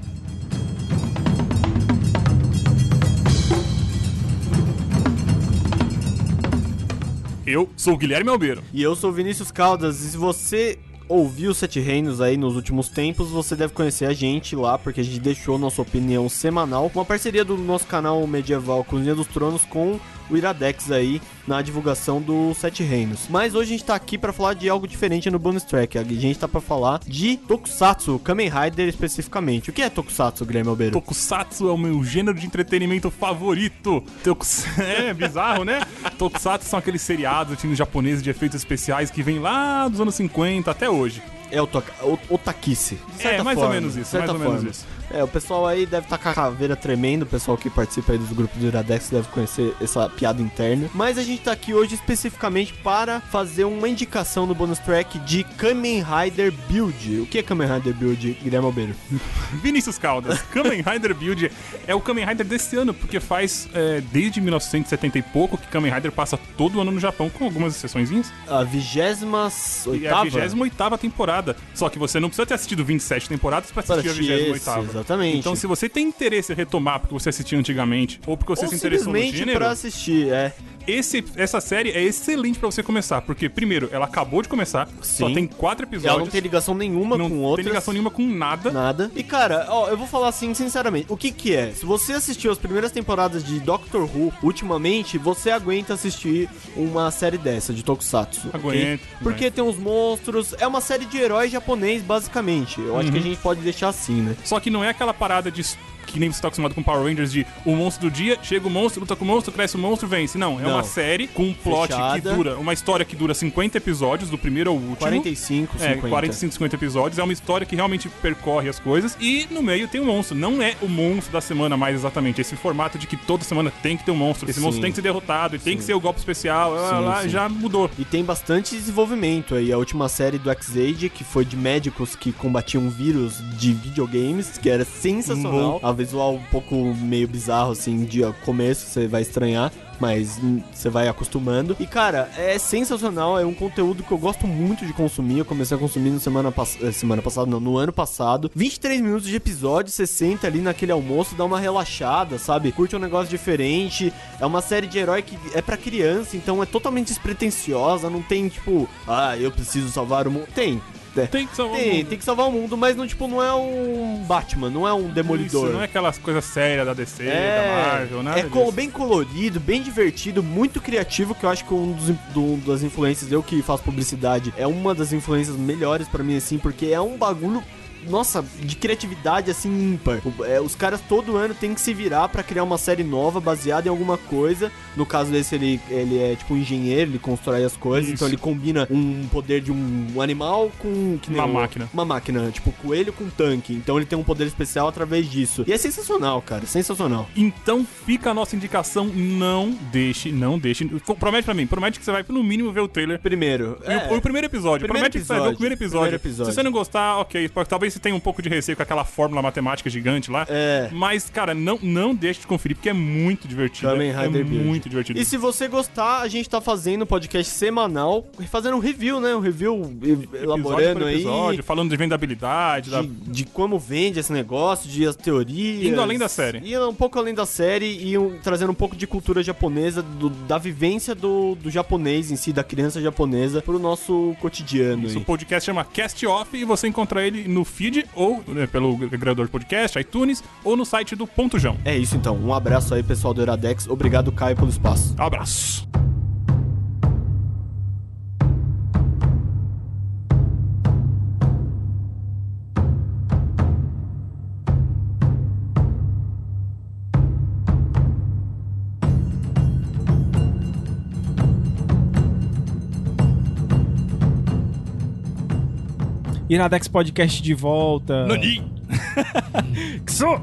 S6: Eu sou o Guilherme Albeiro.
S7: E eu sou Vinícius Caldas, e se você ouviu Sete Reinos aí nos últimos tempos, você deve conhecer a gente lá, porque a gente deixou nossa opinião semanal, uma parceria do nosso canal medieval Cozinha dos Tronos com o Iradex aí na divulgação do Sete Reinos. Mas hoje a gente tá aqui pra falar de algo diferente no bonus track. A gente tá pra falar de Tokusatsu, Kamen Rider especificamente. O que é Tokusatsu, Guilherme Albeiro?
S6: Tokusatsu é o meu gênero de entretenimento favorito. Tokusatsu [laughs] é bizarro, né? Tokusatsu são aqueles seriados, filmes japoneses de efeitos especiais que vem lá dos anos 50 até hoje.
S7: É o, toca- o Otakice. de
S6: é,
S7: certa
S6: mais ou
S7: forma,
S6: menos
S7: de
S6: isso,
S7: certa
S6: É, mais ou menos
S7: forma.
S6: isso.
S7: É, o pessoal aí deve estar com a caveira tremendo, o pessoal que participa aí dos grupos do Iradex deve conhecer essa piada interna. Mas a gente tá aqui hoje especificamente para fazer uma indicação no bonus track de Kamen Rider Build. O que é Kamen Rider Build, Guilherme Albeiro?
S6: Vinícius Caldas, [laughs] Kamen Rider Build é o Kamen Rider desse ano, porque faz é, desde 1970 e pouco que Kamen Rider passa todo ano no Japão, com algumas exceçõezinhas.
S7: A 28
S6: E é a 28 temporada. Só que você não precisa ter assistido 27 temporadas pra
S7: Para
S6: assistir a 28
S7: esse, exatamente.
S6: Então, se você tem interesse em retomar porque você assistiu antigamente ou porque você
S7: Ou
S6: se interessou no
S7: simplesmente
S6: gênero,
S7: pra assistir, é.
S6: esse, essa série é excelente pra você começar. Porque, primeiro, ela acabou de começar, só
S7: Sim.
S6: tem quatro
S7: Ela
S6: episódios.
S7: não tem ligação nenhuma
S6: não
S7: com outra.
S6: tem ligação nenhuma com nada.
S7: Nada. E cara, ó, eu vou falar assim, sinceramente, o que que é? Se você assistiu as primeiras temporadas de Doctor Who ultimamente, você aguenta assistir uma série dessa de Tokusatsu. ok?
S6: Aguento,
S7: Porque tem uns monstros, é uma série de heróis japonês basicamente. Eu acho que a
S6: Uhum.
S7: gente pode deixar assim, né?
S6: Só que não é aquela parada de que nem você tá acostumado com Power Rangers de o monstro do dia, chega o monstro, luta com o monstro, cresce o monstro, vence. Não, é
S7: Não.
S6: uma série com um plot
S7: Fechada.
S6: que dura, uma história que dura 50 episódios, do primeiro ao último.
S7: 45, 50.
S6: É, 45, 50 episódios. É uma história que realmente percorre as coisas. E no meio tem um monstro. Não é o monstro da semana mais exatamente. Esse formato de que toda semana tem que ter um monstro. Esse
S7: Sim.
S6: monstro tem que ser derrotado. E tem que ser o golpe especial. lá,
S7: Sim,
S6: lá,
S7: sim.
S6: Já mudou.
S7: E tem bastante desenvolvimento aí. A última série do X-Age, que foi de médicos que combatiam um vírus de videogames, que era sensacional. A visual um pouco meio bizarro, assim, de ó, começo você vai estranhar, mas hum, você vai acostumando. E, cara, é sensacional. É um conteúdo que eu gosto muito de consumir. Eu comecei a consumir no semana, pass- eh, semana passada, não, no ano passado. 23 minutos de episódio, você senta ali naquele almoço, dá uma relaxada, sabe? Curte um negócio diferente. É uma série de herói que é pra criança, então é totalmente despretensiosa. Não tem, tipo, ah, eu preciso salvar o mundo. Tem. é.
S6: Tem que salvar o
S7: Tem,
S6: mundo.
S7: tem que salvar o mundo, mas não, tipo, não é um Batman, não é um demolidor.
S6: Isso, não é aquelas coisas sérias da DC, da Marvel, nada
S7: é
S6: disso.
S7: co- bem colorido, bem divertido, muito criativo, que eu acho que um dos do- das influências, eu que faço publicidade, é uma das influências melhores pra mim, assim, porque é um bagulho. Nossa, de criatividade assim ímpar. O- é, os caras todo ano tem que se virar pra criar uma série nova baseada em alguma coisa. No caso desse, ele, ele é tipo um engenheiro, ele constrói as coisas, então ele combina um poder de um animal com. que nem
S6: Uma
S7: o-
S6: máquina.
S7: Uma máquina, tipo coelho com tanque. Então ele tem um poder especial através disso. E é sensacional, cara, sensacional.
S6: Então fica a nossa indicação, não deixe, não deixe. Promete pra mim, promete que você vai no mínimo ver o trailer.
S7: Primeiro, é,
S6: E o- o, primeiro episódio.
S7: Primeiro
S6: Promete que você vai ver o
S7: episódio.
S6: primeiro episódio.
S7: Primeiro episódio.
S6: Se você não gostar, ok. pode- Talvez você tenha um pouco de receio com aquela fórmula matemática gigante lá.
S7: É.
S6: Mas, cara, não, não deixe de conferir, porque é muito divertido.
S7: Kamen Rider
S6: é
S7: Build.
S6: muito divertido.
S7: E se você gostar, a gente tá fazendo um podcast semanal, fazendo um review, né? Um review e- elaborando
S6: por
S7: aí
S6: episódio, falando de vendabilidade, da-
S7: de, de como vende esse negócio, de as teorias.
S6: Indo além da série.
S7: Indo um pouco além da série e um- trazendo um pouco de cultura japonesa, do- da vivência do, do japonês em si, da criança japonesa, pro nosso cotidiano.
S6: Isso, o
S7: aí.
S6: podcast chama Cast Off e você encontra ele no feed ou né, pelo agregador de podcast, iTunes ou no site do Ponto Jão.
S7: É isso então. Um abraço aí, pessoal do Iradex. Obrigado, Caio, pelo espaço.
S6: Abraço.
S1: Iradex Podcast de volta. Xô!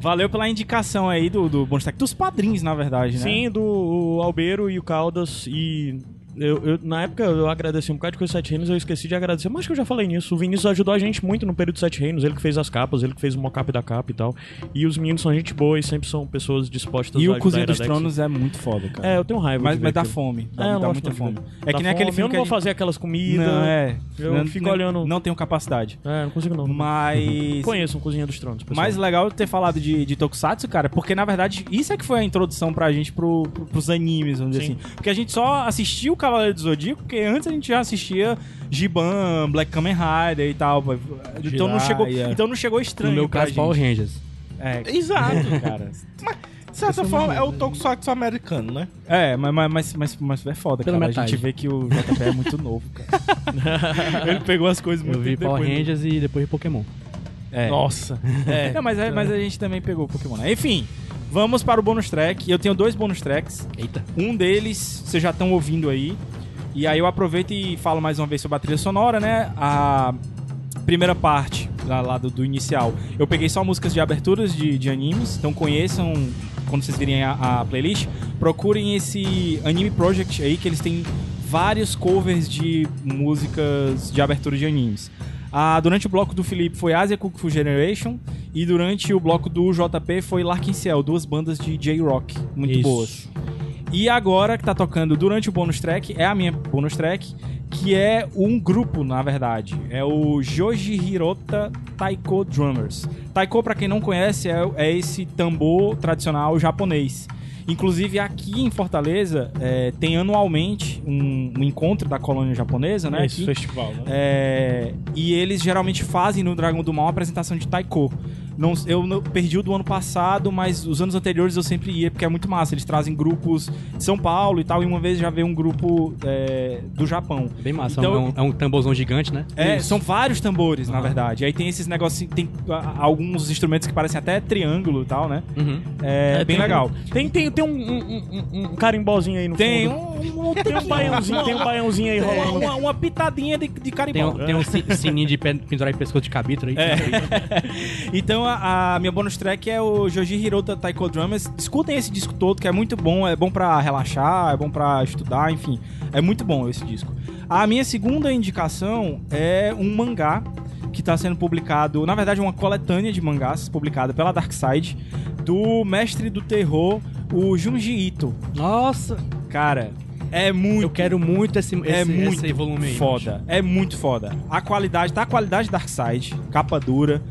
S1: Valeu pela indicação aí do, do bonus track. Dos padrinhos, na verdade, né?
S2: Sim, do o Albeiro e o Caldas e. Eu, eu- na época eu agradeci um bocado de coisa do Sete Reinos, eu esqueci de agradecer, mas acho que eu já falei nisso. O Vinícius ajudou a gente muito no período do Sete Reinos, ele que fez as capas, ele que fez o mockup da capa e tal. E os meninos são gente boa e sempre são pessoas dispostas
S1: E
S2: a
S1: o
S2: ajudar
S1: Cozinha
S2: a
S1: dos
S2: Iradex.
S1: Tronos é muito foda, cara.
S2: É, eu tenho raiva.
S1: mas,
S2: de ver
S1: mas dá
S2: aquilo.
S1: fome. Dá,
S2: É, eu
S1: dá
S2: não
S1: tá muita
S2: gosto
S1: fome.
S2: muito
S1: É que
S2: Dá
S1: nem aquele filme
S2: fome, Eu
S1: que
S2: não
S1: a
S2: vou
S1: gente-
S2: fazer aquelas comidas.
S1: Não, é.
S2: Eu
S1: não,
S2: fico
S1: não-
S2: olhando-
S1: Não tenho capacidade.
S2: É, não consigo não.
S1: Mas.
S2: Conheço um Cozinha dos Tronos, pessoal.
S1: Mais legal ter falado de, de Tokusatsu, cara, porque na verdade isso é que foi a introdução pra gente pro, pro- pros animes, vamos dizer
S2: Sim.
S1: assim. Porque a gente só assistiu o Cavaleiro do Zodíaco, porque antes a gente já assistia Giban, Black Kamen Rider e tal. pô. Então
S4: Jiraiya.
S1: não, chegou, então não chegou estranho.
S4: No meu
S1: pra
S4: caso, Power
S1: gente.
S4: Rangers.
S1: É,
S3: Exato.
S1: [laughs] cara.
S3: De certa forma, é o Tokusatsu americano, né?
S1: É, mas, mas, mas, mas, mas é foda,
S4: Pela
S1: cara. A
S4: metade.
S1: gente vê que o JP é muito novo, cara.
S4: [laughs]
S1: Ele pegou as coisas muito
S4: Eu vi
S1: tempo
S4: Power
S1: depois. né?
S4: Rangers e depois Pokémon.
S1: É.
S3: Nossa.
S1: [laughs] É. Não, mas, a- mas a gente também pegou o Pokémon. né? Enfim, vamos para o bônus track. Eu tenho dois bônus tracks.
S4: Eita.
S1: Um deles, vocês já estão ouvindo aí. E aí eu aproveito e falo mais uma vez sobre a trilha sonora, né? A primeira parte lá, lá do, do inicial. Eu peguei só músicas de aberturas de, de animes, então conheçam, quando vocês virem a, a playlist, procurem esse Anime Project aí, que eles têm vários covers de músicas de abertura de animes. Ah, durante o bloco do Felipe foi Asia Kung Fu Generation e durante o bloco do JP foi Larkin Cell, duas bandas de J-Rock muito
S4: Isso.
S1: boas. E agora que tá tocando durante o bonus track, é a minha bonus track, que é um grupo, na verdade. É o Joji Hirota Taiko Drummers. Taiko, pra quem não conhece, é, é esse tambor tradicional japonês. Inclusive, aqui em Fortaleza, é, tem anualmente um, um encontro da colônia japonesa, né?
S3: Esse
S1: aqui.
S3: festival, né?
S1: É, e eles geralmente fazem no Dragão do Mal uma apresentação de taiko. Não- eu não- perdi o do ano passado, mas os anos anteriores eu sempre ia, porque é muito massa. Eles trazem grupos de São Paulo e tal, e uma vez já veio um grupo é, do Japão.
S4: Bem massa.
S1: Então-
S4: é, um, é um tamborzão gigante, né?
S1: É, são vários tambores,
S4: Ah.
S1: na verdade. Aí tem esses negocinhos, tem ah, alguns instrumentos que parecem até triângulo e tal, né?
S4: Uhum.
S1: É,
S2: É,
S1: bem
S2: tem-
S1: legal.
S2: Tem, tem, tem um, um, um- um carimbozinho aí no
S1: Tem
S2: fundo.
S1: um, um,
S2: Tem um baiãozinho, tem um baiãozinho aí rolando.
S1: uma, uma pitadinha de, de
S4: Tem,
S1: carimbó.
S4: um, tem um si- sininho de pe- pendurar em pescoço de cabitra aí.
S1: É. Então a, a minha bonus track é o Joji Hirota Taiko Drummers. Escutem esse disco todo, que é muito bom. É bom pra relaxar, é bom pra estudar, enfim. É muito bom esse disco. A minha segunda indicação é um mangá que tá sendo publicado, na verdade, uma coletânea de mangás publicada pela Darkside do mestre do terror, o Junji Ito.
S4: Nossa,
S1: Cara, é muito
S4: eu quero muito esse, esse,
S1: é muito
S4: esse volume aí.
S1: foda. É muito foda. A qualidade, tá a qualidade Darkseid, capa dura.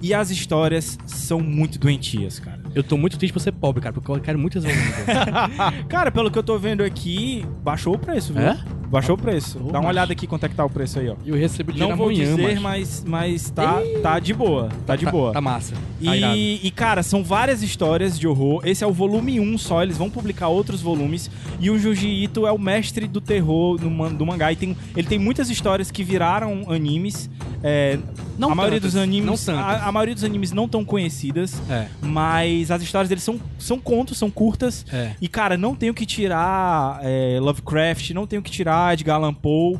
S1: E as histórias são muito doentias, cara.
S4: Eu tô muito triste por ser pobre, cara, porque eu quero muito esse volume.
S1: [laughs]
S4: velho.
S1: Cara, pelo que eu tô vendo aqui, baixou o preço, viu?
S4: É?
S1: Baixou o preço. Dá uma
S4: macho.
S1: olhada aqui quanto é que tá o preço aí, ó.
S4: E eu recebo dinheiro
S1: Não vou
S4: amanhã,
S1: dizer,
S4: macho.
S1: mas, mas tá, tá de boa.
S4: [laughs]
S1: Tá de
S4: Tá-
S1: boa.
S4: Tá massa. Tá irado.
S1: E, e, cara, são várias histórias de horror. Esse é o volume 1 só, eles vão publicar outros volumes. E o Junji Ito é o mestre do terror no man- do mangá. E tem- ele tem muitas histórias que viraram animes. É,
S4: Não
S1: a maioria
S4: tantas,
S1: dos animes.
S4: não tantas.
S1: a, a maioria dos animes não tão conhecidas.
S4: É,
S1: Mas as histórias deles são, são contos, são curtas.
S4: é.
S1: E, cara, não tenho que tirar é, Lovecraft, não tenho que tirar Edgar Allan Poe.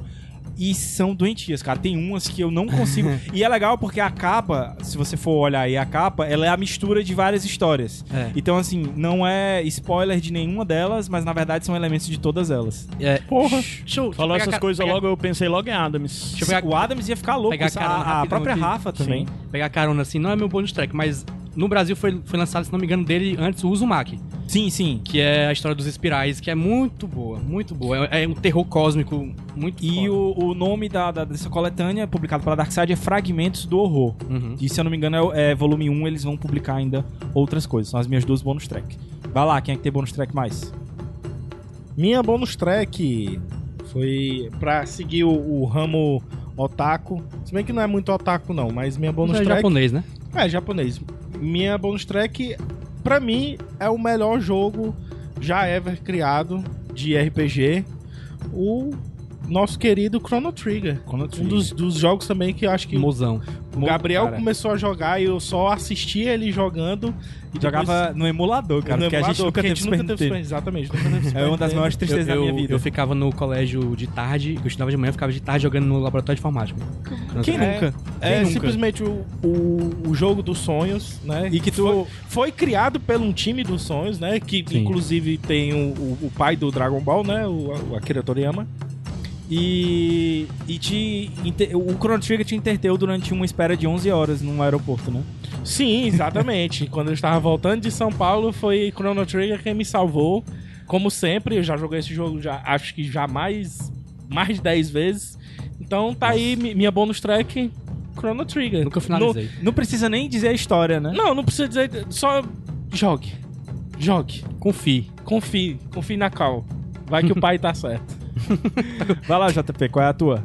S1: E são doentias, cara. Tem umas que eu não consigo. e é legal porque a capa, se você for olhar aí a capa, ela é a mistura de várias histórias.
S4: É.
S1: Então, assim, não é spoiler de nenhuma delas, mas na verdade são elementos de todas elas.
S4: É,
S2: Porra.
S4: Deixa eu- deixa eu
S2: Falou
S4: pegar
S2: essas
S4: ca-
S2: coisas
S4: pegar-
S2: logo, eu pensei logo em Adams.
S4: Deixa eu pegar-
S1: o Adams ia ficar louco.
S4: pegar
S1: A-
S4: carona
S1: a,
S4: rapidão
S1: própria
S4: aqui.
S1: Rafa também.
S4: Pegar carona assim, não é meu bonus track, mas no Brasil foi, foi lançado, se não me engano, dele antes o Uzumaki,
S1: Sim, sim.
S4: que é a história dos espirais, que é muito boa, muito boa. É, é um terror cósmico muito
S1: E
S4: foda.
S1: o, o nome da, da- dessa coletânea, publicado pela Darkside, é Fragmentos do Horror.
S4: Uhum.
S1: E se eu não me engano, é o- é, volume 1, eles vão publicar ainda outras coisas. São as minhas duas bônus track. Vai lá, quem é que tem bônus track mais?
S3: Minha bonus track foi pra seguir o, o ramo otaku. Se bem que não é muito otaku, não, mas minha bonus
S4: é
S3: track.
S4: japonês, né?
S3: É, japonês. Minha bonus track, pra mim, é o melhor jogo já ever criado de RPG. O nosso querido Chrono Trigger. Um dos, dos jogos também que eu acho que
S4: Mozão.
S3: o Gabriel
S1: cara.
S3: começou a jogar e eu só assisti ele jogando. E
S1: Jogava no emulador, cara,
S3: no
S1: porque a gente
S3: emulador,
S1: nunca
S3: porque
S1: teve Super Nintendo.
S3: Exatamente, nunca teve Super
S1: É uma das
S3: Nintendo.
S1: maiores tristezas da minha vida.
S4: eu ficava no colégio de tarde, eu estudava de manhã, eu ficava de tarde jogando no laboratório de informática.
S1: Quem
S3: É,
S1: nunca?
S3: É
S1: Quem nunca?
S3: simplesmente o, o, o jogo dos sonhos, né?
S1: E que tu...
S3: Foi criado pelo um time dos sonhos, né? Que
S4: Sim.
S3: inclusive tem o, o- o pai do Dragon Ball, né? O, o Akira Toriyama.
S1: E... e te... inte- O Chrono Trigger te interteu durante um- uma espera de 11 horas num aeroporto, né?
S3: Sim, exatamente. Quando eu estava voltando de São Paulo, foi Chrono Trigger quem me salvou. Como sempre, eu já joguei esse jogo, já, acho que já mais, mais de 10 vezes. Então tá aí mi- minha bonus track, Chrono Trigger.
S4: Nunca finalizei.
S1: Não precisa nem dizer a história, né?
S3: No- não, não precisa dizer. Só jogue. Jogue.
S4: Confie.
S3: Confie. Confie na Cal. Vai que o pai tá
S4: [laughs]
S3: certo.
S1: Vai lá, JP, qual é a tua?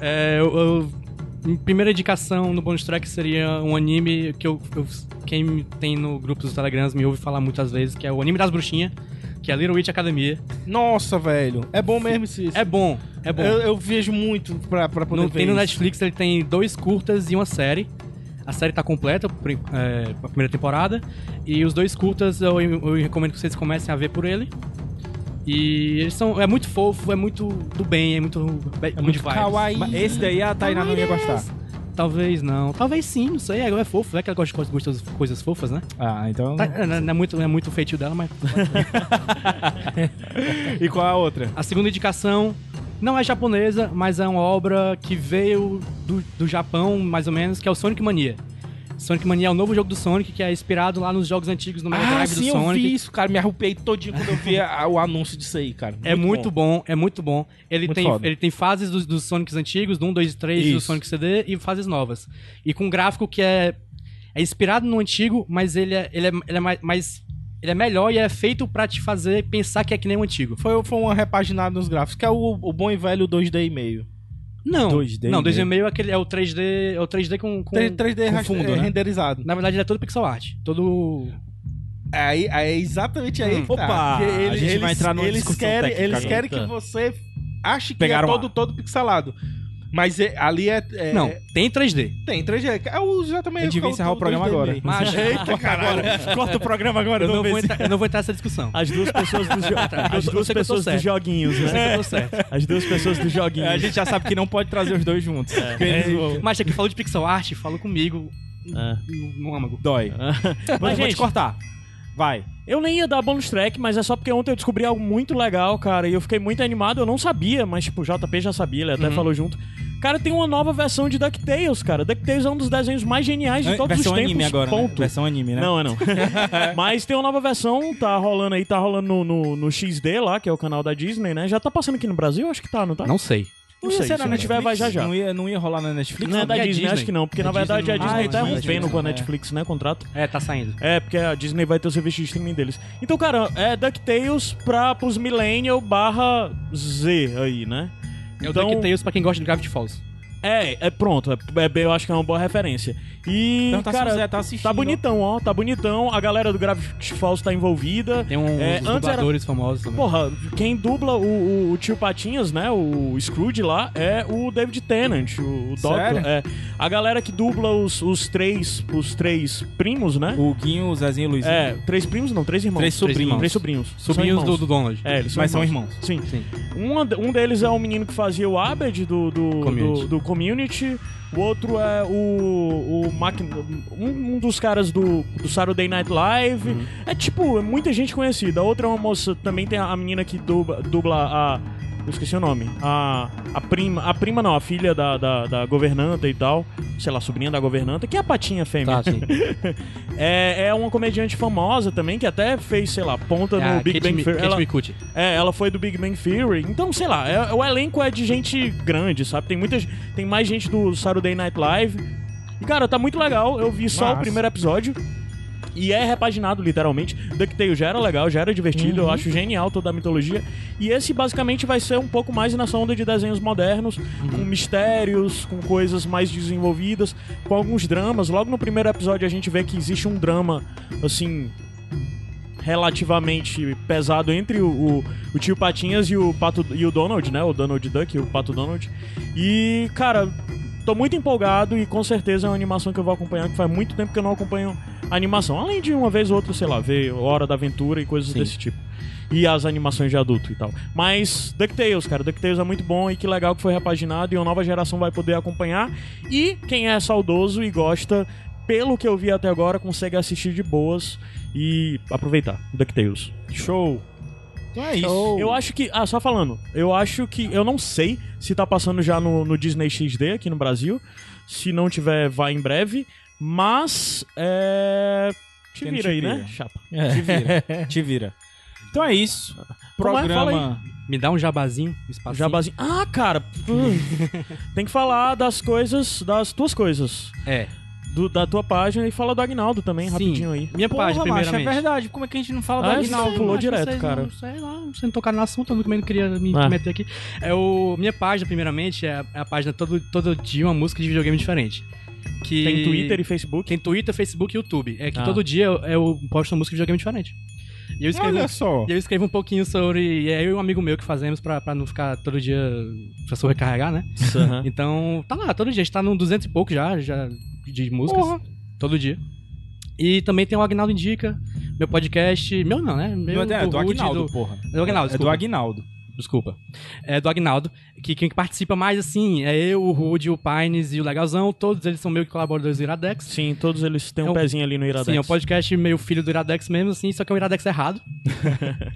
S4: É, eu, eu- minha primeira indicação no bonus track seria um anime que eu, eu- quem me tem no grupo dos Telegrams me ouve falar muitas vezes, que é o anime das bruxinhas, que é Little Witch Academia.
S3: Nossa, velho. É bom mesmo esse.
S4: É bom, é bom.
S3: Eu, eu vejo muito pra, pra poder
S4: não
S3: ver
S4: tem no
S3: isso.
S4: Netflix, ele tem dois curtas e uma série. A série tá completa, por en- é, a primeira temporada. E os dois curtas eu, eu recomendo que vocês comecem a ver por ele. E eles são. É muito fofo, é muito do bem, é muito.
S3: É muito
S4: good vibes.
S3: kawaii.
S1: Esse daí a Tainá não ia gostar.
S4: Talvez não. Talvez sim, não sei. Ela é fofa, é que ela gosta de coisas- gosta de coisas fofas, né?
S1: Ah, então.
S4: Tá- não, não é muito, não é muito o feitio dela, mas.
S1: E qual é a outra?
S4: A segunda indicação não é japonesa, mas é uma obra que veio do, do Japão, mais ou menos, que é o Sonic Mania. Sonic Mania é o novo jogo do Sonic, que é inspirado lá nos jogos antigos do Mega
S3: Ah,
S4: Drive
S3: sim,
S4: do
S3: eu
S4: Sonic.
S3: vi isso, cara. Me arrupiei todinho quando eu vi a- o anúncio disso aí, cara.
S4: É muito bom. é muito bom. Ele,
S3: Muito
S4: tem,
S3: foda.
S4: ele tem fases dos, dos Sonics antigos, do 1, 2 e 3 do
S3: Isso.
S4: Sonic CD e fases novas. E com um gráfico que é, é inspirado no antigo, mas ele é, ele é, ele é mais, mais- Ele é melhor e é feito pra te fazer pensar que é que nem o antigo.
S3: Foi, foi uma repaginada nos gráficos, que é o, o bom e velho 2D e meio.
S4: Não.
S1: 2D
S3: né?
S4: não,
S1: e
S4: 2D e meio é, aquele, é o 3D. É o 3D com. com
S3: 3D
S4: com
S3: rast-
S4: fundo,
S3: é,
S4: né?
S3: renderizado.
S4: Na verdade, ele é todo pixel art. Todo.
S3: Aí, aí é exatamente aí que tá.
S1: Opa,
S3: Porque
S1: a gente vai entrar numa
S3: eles
S1: discussão
S3: querem,
S1: técnica
S3: Eles
S1: agora.
S3: querem que você ache que
S1: Pegaram
S3: é
S1: a-
S3: todo, todo pixelado. Mas é- ali é, é-
S4: Não, tem 3D.
S3: Tem 3D. É o exatamente
S1: A gente devia encerrar o programa agora.
S2: [laughs]
S4: Mas
S3: [laughs]
S1: Eita, caralho. Corta o programa agora,
S4: eu não,
S1: vamos ver
S4: vou
S1: se-
S4: entrar, eu não vou entrar nessa discussão.
S2: As duas pessoas
S1: [laughs]
S2: dos, jo- as
S4: eu
S2: duas
S4: sei que eu tô
S2: pessoas
S4: certo.
S2: dos joguinhos,
S4: Eu sei
S2: né?
S4: que eu tô certo.
S2: [laughs] As duas pessoas dos joguinhos.
S1: A gente já sabe que não pode trazer os dois juntos. porque eles vão-
S4: Mas aqui falou de pixel art, falou comigo
S2: É.
S4: no, no âmago.
S1: Dói. Mas
S2: [laughs] Mas,
S1: eu vou te
S2: gente,
S1: cortar. Vai.
S2: eu nem ia dar bonus track, mas é só porque ontem eu descobri algo muito legal, cara, e eu fiquei muito animado. Eu não sabia, mas, tipo, o JP já sabia, ele até falou junto. Cara, tem uma nova versão de DuckTales, cara. DuckTales é um dos desenhos mais geniais de
S1: An-
S2: todos
S1: É, Versão
S2: os tempos,
S1: anime agora, né?
S2: ponto.
S1: Versão anime, né?
S2: Não, é não. Mas tem uma nova versão, tá rolando aí, tá rolando no, no, no XD lá, que é o canal da Disney, né? Já tá passando aqui no Brasil? Acho que tá, não tá?
S4: Não sei.
S2: não sei, se não tiver, vai já já.
S1: é Não ia, não ia rolar na Netflix?
S2: Não é
S4: não
S2: da
S4: é
S2: Disney,
S4: Disney.
S2: acho que não, porque
S4: É
S2: na verdade
S4: Disney,
S2: a
S4: não.
S2: Disney
S1: Ah,
S2: tá
S1: não é da
S2: rompendo
S1: Disney,
S2: com a
S1: não, é.
S2: Netflix, né? Contrato.
S4: É, tá saindo.
S2: É, porque a Disney vai ter o serviço de streaming deles. Então, cara, é DuckTales pra, pros millennial barra Z aí, né?
S4: É o
S2: Então-
S4: DuckTales pra quem gosta de Gravity Falls.
S2: É, é pronto. É, é- eu acho que é uma boa referência. E,
S1: Então tá, se
S2: cara,
S1: você tá assistindo.
S2: tá bonitão, ó. Tá bonitão. A galera do Gravity Falls tá envolvida.
S4: Tem um,
S2: É,
S4: uns
S2: antes era-
S4: dubladores famosos né? também.
S2: Porra, quem dubla o, o- o tio Patinhas, né? O Scrooge lá, é o David Tennant, o, o
S1: Sério?
S2: Doctor. É. A galera que dubla os, os três os três primos, né?
S1: O Guinho, o Zezinho e o Luizinho.
S2: É, três primos não, três irmãos.
S4: Três sobrinhos.
S2: Três sobrinhos. São
S4: Sobrinhos do,
S2: irmãos.
S4: do Donald.
S2: É, eles são
S1: Mas são
S2: irmãos.
S1: irmãos.
S2: Sim.
S4: Sim.
S2: Um, ad- um deles é o menino que fazia o Abed do, do,
S4: Community.
S2: do, do Community. O outro é o. o Mac, um, um dos caras do, do Saturday Night Live.
S4: Uhum.
S2: É tipo, é muita gente conhecida. A outra é uma moça, também tem a, a menina que dubla, dubla a. Eu esqueci o nome. A, a prima. A prima não, a filha da, da, da governanta e tal. Sei lá, sobrinha da governanta, que é a Patinha Fêmea.
S4: Tá, sim.
S2: [laughs] É, é uma comediante famosa também, que até fez, sei lá, ponta
S4: É
S2: no
S4: a
S2: Big
S4: Kate,
S2: Bang
S4: Mi-
S2: Theory.
S4: Kate
S2: Ela-
S4: Micucci.
S2: é, ela foi do Big Bang Theory. Então, sei lá, é- o elenco é de gente grande, sabe? Tem muita, gen- tem mais gente do Saturday Night Live. E, cara, tá muito legal. Eu vi só
S1: Massa.
S2: o primeiro episódio. E é repaginado, literalmente. DuckTales já era legal, já era divertido. Eu acho genial toda a mitologia. E esse, basicamente, vai ser um pouco mais nessa onda de desenhos modernos. Com mistérios, com coisas mais desenvolvidas. Com alguns dramas. Logo no primeiro episódio, a gente vê que existe um drama, assim relativamente pesado entre o, o- o tio Patinhas e o pato e o Donald, né? O Donald Duck e o pato Donald. E cara, tô muito empolgado e com certeza é uma animação que eu vou acompanhar que faz muito tempo que eu não acompanho animação. Além de uma vez ou outra, sei lá, ver Hora da Aventura e coisas desse tipo. E as animações de adulto e tal. Mas DuckTales, cara, DuckTales é muito bom e que legal que foi repaginado e uma nova geração vai poder acompanhar. E quem é saudoso e gosta, pelo que eu vi até agora, consegue assistir de boas e aproveitar. DuckTales.
S1: Show.
S3: Então é isso.
S2: Eu acho que. Ah, só falando. Eu acho que. Eu não sei se tá passando já no, no Disney XD aqui no Brasil. Se não tiver, vai em breve. Mas. É. Te
S1: Quem não
S2: vira
S1: te
S2: aí, né?
S1: vira?
S2: Chapa.
S3: É.
S1: Te vira. Te vira. Então é isso.
S2: É. Como é? Fala
S1: Programa.
S4: Me dá um jabazinho, um espacinho.
S2: Jabazinho. Ah, cara. Tem que falar das coisas. Das tuas coisas.
S4: É.
S2: Do- da tua página e fala do Agnaldo também,
S4: Sim.
S2: rapidinho aí.
S4: Minha
S1: Porra,
S4: página,
S1: macho, é
S4: primeiramente.
S1: verdade. Como é que a gente não fala
S2: Ah,
S1: do
S2: é?
S1: Aguinaldo?
S2: Pulou
S4: Acho que
S2: direto,
S4: vocês
S2: cara.
S4: Não, sei lá, vocês não tocaram no assunto, eu também não queria me
S2: Ah.
S4: meter aqui. É o, minha página, primeiramente, é a, é a página todo, todo dia uma música de videogame diferente. Que
S2: Tem Twitter e Facebook.
S4: Tem Twitter, Facebook e YouTube. É que
S2: Ah.
S4: todo dia eu, eu posto uma música de videogame diferente. E eu escrevo,
S3: Olha só.
S4: e eu escrevo um pouquinho sobre. É eu e um amigo meu que fazemos pra, pra não ficar todo dia. pra sobrecarregar, né?
S2: Aham.
S4: Então, tá lá, todo dia. A gente tá num 200 e pouco já, já de músicas.
S3: Porra.
S4: Todo dia. E também tem o Agnaldo Indica, meu podcast. Meu não, né? Meu
S1: Não é do
S4: Rude,
S1: Aguinaldo, porra.
S4: do Agnaldo,
S1: É do
S4: desculpa.
S1: Aguinaldo.
S4: desculpa. É do Agnaldo. Que quem participa mais, assim, é eu, o Rude, o Pines e o Legalzão. Todos eles são meio que colaboradores do Iradex.
S2: Sim, todos eles têm um
S4: É o-
S2: pezinho ali no Iradex.
S4: Sim, é um podcast meio filho do Iradex mesmo, assim, só que é um Iradex errado.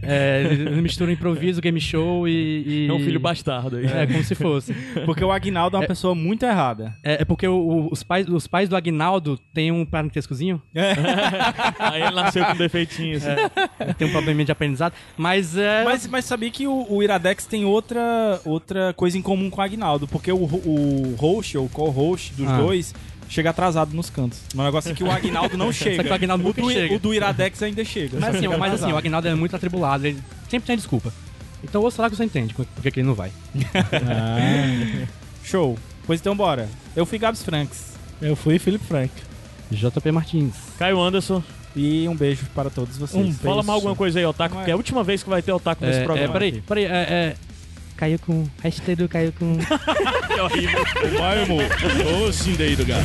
S4: é, ele mistura improviso, game show e. e-
S2: É um filho bastardo aí.
S4: É, como se fosse.
S1: Porque o Agnaldo é uma pessoa muito errada.
S4: É, é porque o- o- os, pais, os pais do Agnaldo têm um parentescozinho,
S2: [laughs] aí ele nasceu com defeitinho, assim.
S4: tem um probleminha de aprendizado, mas é.
S1: Mas, mas sabia que o, o Iradex tem outra, outra coisa em comum com o Agnaldo, porque o, ro- o host, ou co-host dos
S4: Ah.
S1: dois, chega atrasado nos cantos. Mas o negócio é que o
S4: [laughs]
S1: Agnaldo não chega.
S4: Só que o Agnaldo nunca
S1: do,
S4: chega.
S1: o do Iradex ainda chega.
S4: Mas
S1: só
S4: assim,
S1: chega
S4: mas, assim, o
S1: atrasado.
S4: Agnaldo é muito atribulado, ele sempre tem desculpa. Então ouça lá que você entende por que que ele não vai.
S1: Show. Pois então bora. Eu fui Gabs Franks.
S7: Eu fui Felipe Frank.
S4: JP Martins.
S2: Caio Anderson,
S1: E um beijo para todos vocês.
S2: um, fala mal alguma coisa aí, Otaku,
S1: Não é-
S2: porque é a última vez que vai ter Otaku nesse
S4: É,
S2: programa.
S4: é, peraí, peraí, é, é. Caiu com. Hashtag caiu com.
S7: Ô, Sindeiro, cara.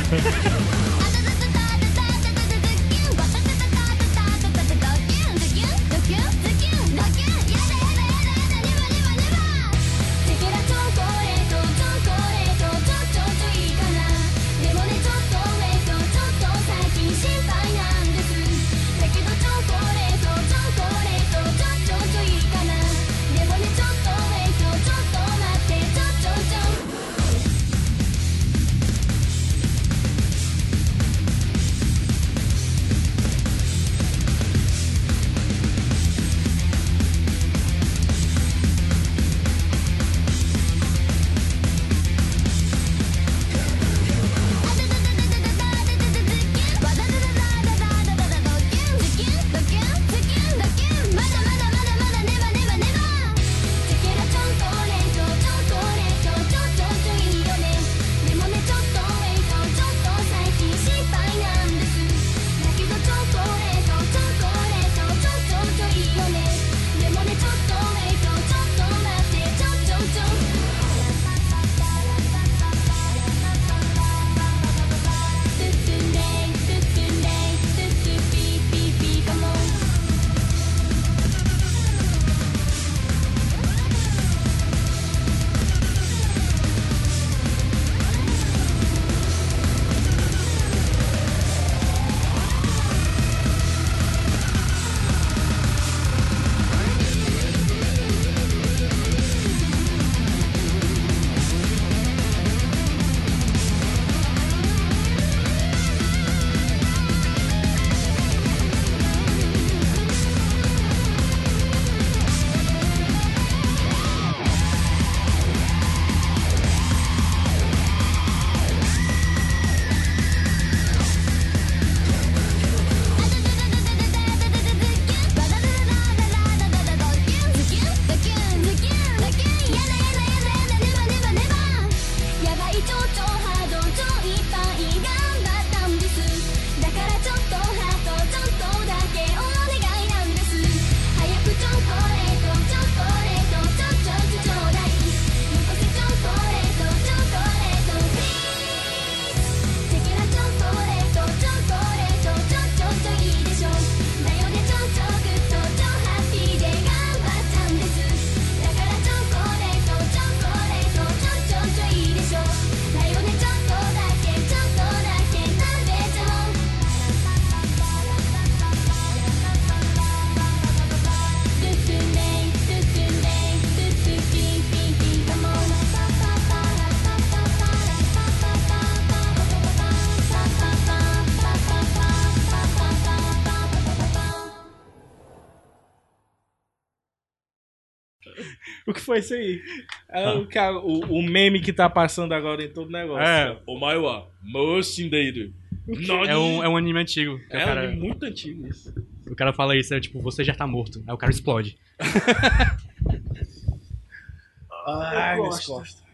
S7: O que foi isso aí? É
S1: Ah.
S7: o, que a- o- o meme que tá passando agora em todo negócio.
S3: É.
S7: O Maiwa, Sindeiro.
S4: É um, é um anime antigo. que o,
S7: É
S4: cara,
S7: um muito antigo isso.
S4: o cara fala isso, é tipo, você já tá morto. Aí o cara explode.
S1: Ah,
S7: Ai, minhas costas.